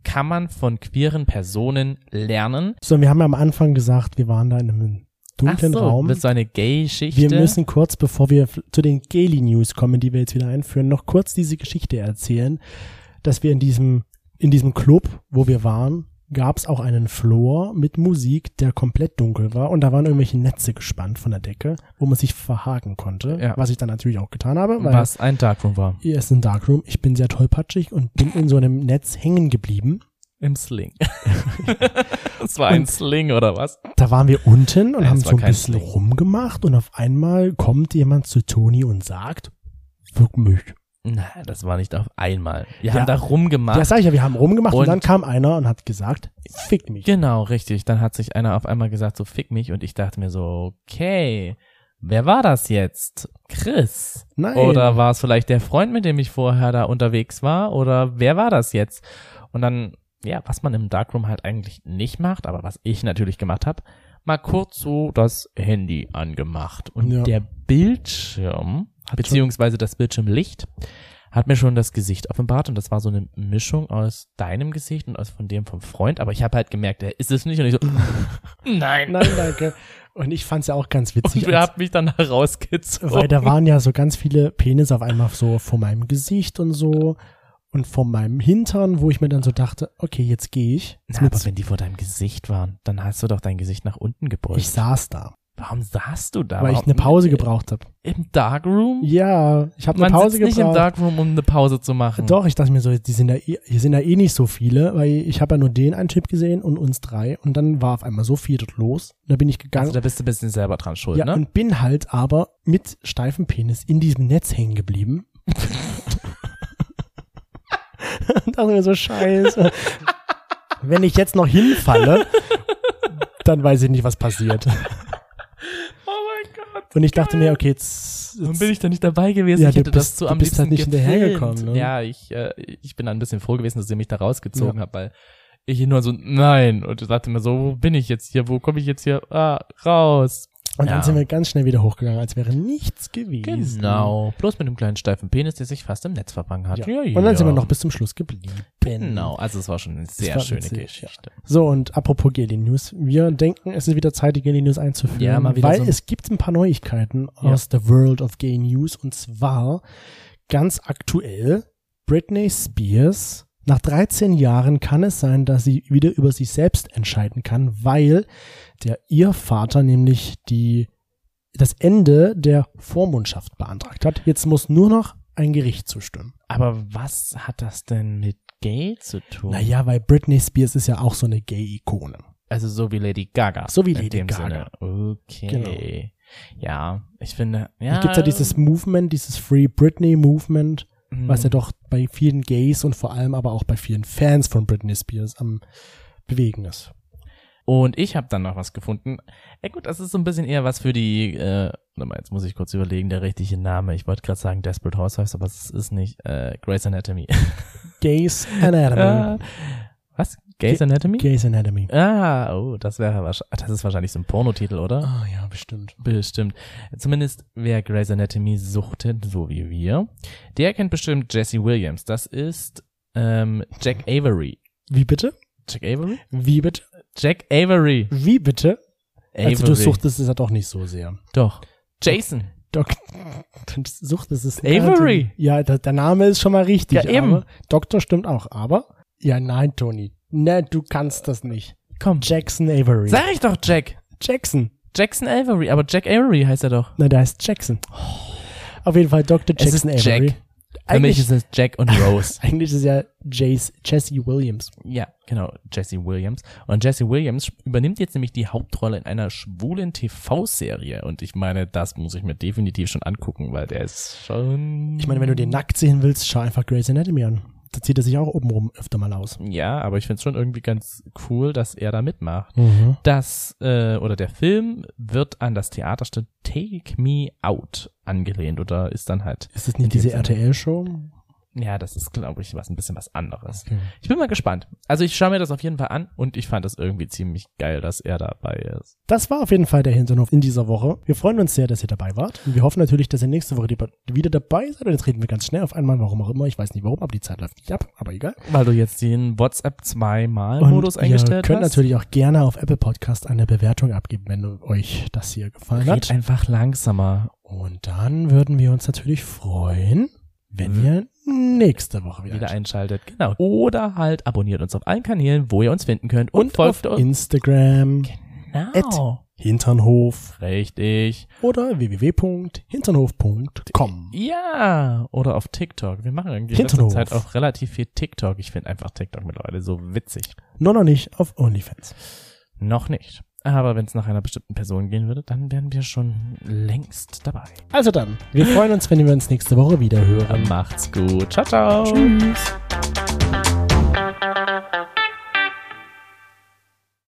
Speaker 2: kann man von queeren Personen lernen.
Speaker 3: So, wir haben ja am Anfang gesagt, wir waren da in einem dunklen
Speaker 2: Ach so,
Speaker 3: Raum.
Speaker 2: Wird so eine Gay-Geschichte.
Speaker 3: Wir müssen kurz, bevor wir f- zu den Gaily News kommen, die wir jetzt wieder einführen, noch kurz diese Geschichte erzählen, dass wir in diesem, in diesem Club, wo wir waren, gab es auch einen Floor mit Musik, der komplett dunkel war und da waren irgendwelche Netze gespannt von der Decke, wo man sich verhaken konnte,
Speaker 2: Ja.
Speaker 3: was ich dann natürlich auch getan habe, weil
Speaker 2: was ein Darkroom war.
Speaker 3: hier ist ein Darkroom, ich bin sehr tollpatschig und bin in so einem Netz hängen geblieben.
Speaker 2: Im Sling. [laughs] das war ein Sling oder was?
Speaker 3: Da waren wir unten und
Speaker 2: Ja,
Speaker 3: haben
Speaker 2: es war
Speaker 3: so ein
Speaker 2: kein
Speaker 3: bisschen
Speaker 2: Sling.
Speaker 3: rumgemacht und auf einmal kommt jemand zu Toni und sagt, wirk mich.
Speaker 2: Nein, das war nicht auf einmal. Wir
Speaker 3: Ja.
Speaker 2: haben da rumgemacht.
Speaker 3: Ja, sag ich ja, wir haben rumgemacht und,
Speaker 2: Und-
Speaker 3: dann kam einer und hat gesagt, fick mich.
Speaker 2: Genau, richtig. Dann hat sich einer auf einmal gesagt, so fick mich. Und ich dachte mir so, okay, wer war das jetzt? Chris.
Speaker 3: Nein.
Speaker 2: Oder war es vielleicht der Freund, mit dem ich vorher da unterwegs war? Oder wer war das jetzt? Und dann, ja, was man im Darkroom halt eigentlich nicht macht, aber was ich natürlich gemacht habe, mal kurz so das Handy angemacht. Und
Speaker 3: Ja.
Speaker 2: der Bildschirm, beziehungsweise das Bildschirmlicht, hat mir schon das Gesicht offenbart und das war so eine Mischung aus deinem Gesicht und aus von dem vom Freund, aber ich habe halt gemerkt, er ist es nicht und ich so, [laughs] nein.
Speaker 3: Nein, danke. Und ich fand's ja auch ganz witzig.
Speaker 2: Und er
Speaker 3: als-
Speaker 2: hat mich dann
Speaker 3: Weil
Speaker 2: rausgezogen.
Speaker 3: da waren ja so ganz viele Penisse auf einmal so vor meinem Gesicht und so und vor meinem Hintern, wo ich mir dann so dachte, okay, jetzt gehe ich. Jetzt
Speaker 2: Na,
Speaker 3: mit-
Speaker 2: aber wenn die vor deinem Gesicht waren, dann hast du doch dein Gesicht nach unten gebeugt.
Speaker 3: ich saß da,
Speaker 2: Warum saßt du da?
Speaker 3: weil ich
Speaker 2: Warum-
Speaker 3: eine Pause gebraucht habe.
Speaker 2: Im Darkroom?
Speaker 3: Ja, ich habe eine
Speaker 2: Man
Speaker 3: Pause
Speaker 2: sitzt nicht im
Speaker 3: gebraucht.
Speaker 2: Darkroom, um eine Pause zu machen.
Speaker 3: Doch, ich dachte mir so, die sind da, eh- hier sind da eh nicht so viele, weil ich habe ja nur den einen Tipp gesehen und uns drei und dann war auf einmal so viel dort los. Und da bin ich gegangen
Speaker 2: Also da bist du ein bisschen selber dran schuld,
Speaker 3: ja,
Speaker 2: ne?
Speaker 3: und bin halt aber mit steifem Penis in diesem Netz hängen geblieben. [laughs] Und dachte mir so, scheiße. Wenn ich jetzt noch hinfalle, dann weiß ich nicht, was passiert.
Speaker 2: Oh mein Gott.
Speaker 3: Und ich dachte mir, okay, jetzt,
Speaker 2: Dann
Speaker 3: jetzt
Speaker 2: bin ich da nicht dabei gewesen.
Speaker 3: Ja,
Speaker 2: ich
Speaker 3: du
Speaker 2: hätte das
Speaker 3: bist-
Speaker 2: zu
Speaker 3: du
Speaker 2: am
Speaker 3: bist
Speaker 2: liebsten
Speaker 3: halt nicht
Speaker 2: gefilmt.
Speaker 3: hinterhergekommen, ne?
Speaker 2: Ja, ich, äh, ich bin da ein bisschen froh gewesen, dass ihr mich da rausgezogen habt, weil ich nur so, nein. Und ich dachte mir so, wo bin ich jetzt hier? Wo komme ich jetzt hier ah, raus?
Speaker 3: und dann
Speaker 2: ja.
Speaker 3: sind wir ganz schnell wieder hochgegangen, als wäre nichts gewesen.
Speaker 2: Genau. Bloß mit dem kleinen steifen Penis, der sich fast im Netz verfangen hat.
Speaker 3: Ja. Und dann sind wir noch bis zum Schluss geblieben.
Speaker 2: Genau, also es war schon eine sehr
Speaker 3: war
Speaker 2: schöne
Speaker 3: witzig,
Speaker 2: Geschichte.
Speaker 3: So, und apropos Geli News. Wir denken, es ist wieder Zeit, die Geli News einzuführen.
Speaker 2: Ja, mal wieder
Speaker 3: weil
Speaker 2: so-
Speaker 3: es gibt ein paar Neuigkeiten aus der World of Gay News. Und zwar ganz aktuell Britney Spears. Nach 13 Jahren kann es sein, dass sie wieder über sich selbst entscheiden kann, weil der ihr Vater nämlich die, das Ende der Vormundschaft beantragt hat. Jetzt muss nur noch ein Gericht zustimmen.
Speaker 2: Aber was hat das denn mit Gay zu tun?
Speaker 3: Naja, weil Britney Spears ist ja auch so eine Gay-Ikone.
Speaker 2: Also so wie Lady Gaga.
Speaker 3: So wie
Speaker 2: In
Speaker 3: Lady
Speaker 2: dem
Speaker 3: Gaga.
Speaker 2: Sinne. Okay.
Speaker 3: Genau.
Speaker 2: Ja, ich finde, ja.
Speaker 3: Es gibt ja dieses Movement, dieses Free Britney Movement,
Speaker 2: hm,
Speaker 3: was ja doch bei vielen Gays und vor allem aber auch bei vielen Fans von Britney Spears am bewegen ist.
Speaker 2: Und ich habe dann noch was gefunden. Ja gut, das ist so ein bisschen eher was für die, äh, warte mal, jetzt muss ich kurz überlegen, der richtige Name. Ich wollte gerade sagen Desperate Housewives, aber es ist nicht, äh, Grey's [laughs] Anatomy.
Speaker 3: Gays Anatomy.
Speaker 2: Äh, was? Grey's Anatomy?
Speaker 3: Gays Anatomy.
Speaker 2: Ah, oh, das wäre wahrscheinlich, das ist wahrscheinlich so ein Pornotitel, oder?
Speaker 3: Ah ja, bestimmt.
Speaker 2: Bestimmt. Zumindest wer Grey's Anatomy suchtet, so wie wir, der kennt bestimmt Jesse Williams. Das ist ähm, Jack Avery.
Speaker 3: Wie bitte?
Speaker 2: Jack Avery?
Speaker 3: Wie bitte?
Speaker 2: Jack Avery.
Speaker 3: Wie bitte?
Speaker 2: Avery.
Speaker 3: Also du suchtest es ja doch nicht so sehr.
Speaker 2: Doch. Jason.
Speaker 3: Doc du suchtest es
Speaker 2: Avery.
Speaker 3: Ja, da, der Name ist schon mal richtig.
Speaker 2: Ja, eben.
Speaker 3: Aber Doktor stimmt auch, aber ja, nein, Tony. Nein, du kannst das nicht.
Speaker 2: Komm.
Speaker 3: Jackson Avery.
Speaker 2: Sag ich doch Jack.
Speaker 3: Jackson.
Speaker 2: Jackson Avery. Aber Jack Avery heißt er doch.
Speaker 3: Na, der heißt Jackson. Auf jeden Fall Dr.
Speaker 2: Es
Speaker 3: Jackson
Speaker 2: ist
Speaker 3: Avery.
Speaker 2: Jack. Für mich
Speaker 3: Eigentlich-
Speaker 2: ist es Jack
Speaker 3: [laughs]
Speaker 2: und Rose.
Speaker 3: Eigentlich ist er Jace, Jesse Williams.
Speaker 2: ja, genau. Jesse Williams. Und Jesse Williams übernimmt jetzt nämlich die Hauptrolle in einer schwulen TV-Serie. Und ich meine, das muss ich mir definitiv schon angucken, weil der ist schon.
Speaker 3: Ich meine, wenn du den nackt sehen willst, schau einfach Grey's Anatomy an. Da zieht er sich auch obenrum öfter mal aus.
Speaker 2: Ja, aber ich find's schon irgendwie ganz cool, dass er da mitmacht.
Speaker 3: Mhm.
Speaker 2: Das, äh, oder der Film wird an das Theaterstück Take Me Out angelehnt oder ist dann halt,
Speaker 3: Ist das
Speaker 2: In
Speaker 3: nicht
Speaker 2: dem
Speaker 3: diese
Speaker 2: Sinne.
Speaker 3: RTL-Show?
Speaker 2: ja, das ist, glaube ich, was ein bisschen was anderes. Ich bin mal gespannt. Also ich schaue mir das auf jeden Fall an und ich fand das irgendwie ziemlich geil, dass er dabei ist.
Speaker 3: Das war auf jeden Fall der Hinterhof in dieser Woche. Wir freuen uns sehr, dass ihr dabei wart. Und wir hoffen natürlich, dass ihr nächste Woche deba- wieder dabei seid. Und jetzt reden wir ganz schnell auf einmal, warum auch immer. Ich weiß nicht warum, aber die Zeit läuft nicht ab. Aber egal.
Speaker 2: Weil du jetzt den WhatsApp zweimal
Speaker 3: Und
Speaker 2: Modus
Speaker 3: ihr
Speaker 2: eingestellt
Speaker 3: könnt
Speaker 2: hast.
Speaker 3: natürlich auch gerne auf Apple Podcast eine Bewertung abgeben, wenn euch das hier gefallen hat.
Speaker 2: Red einfach langsamer.
Speaker 3: Und dann würden wir uns natürlich freuen, wenn ihr nächste Woche wieder,
Speaker 2: Mhm. Wieder einschaltet, genau. Oder halt abonniert uns auf allen Kanälen, wo ihr uns finden könnt. Und,
Speaker 3: und auf
Speaker 2: folgt uns.
Speaker 3: Instagram,
Speaker 2: Genau.
Speaker 3: Hinternhof
Speaker 2: Richtig.
Speaker 3: oder www.hinternhof.com.
Speaker 2: Ja, oder auf TikTok. Wir machen irgendwie in letzter
Speaker 3: Hinterhof.
Speaker 2: Zeit auch relativ viel TikTok. Ich finde einfach TikTok mittlerweile so witzig.
Speaker 3: Nur noch nicht auf OnlyFans.
Speaker 2: Noch nicht. Aber wenn es nach einer bestimmten Person gehen würde, dann wären wir schon längst dabei.
Speaker 3: Also dann, wir freuen uns, wenn wir uns nächste Woche wieder hören.
Speaker 2: Macht's gut. Ciao, ciao.
Speaker 3: Tschüss.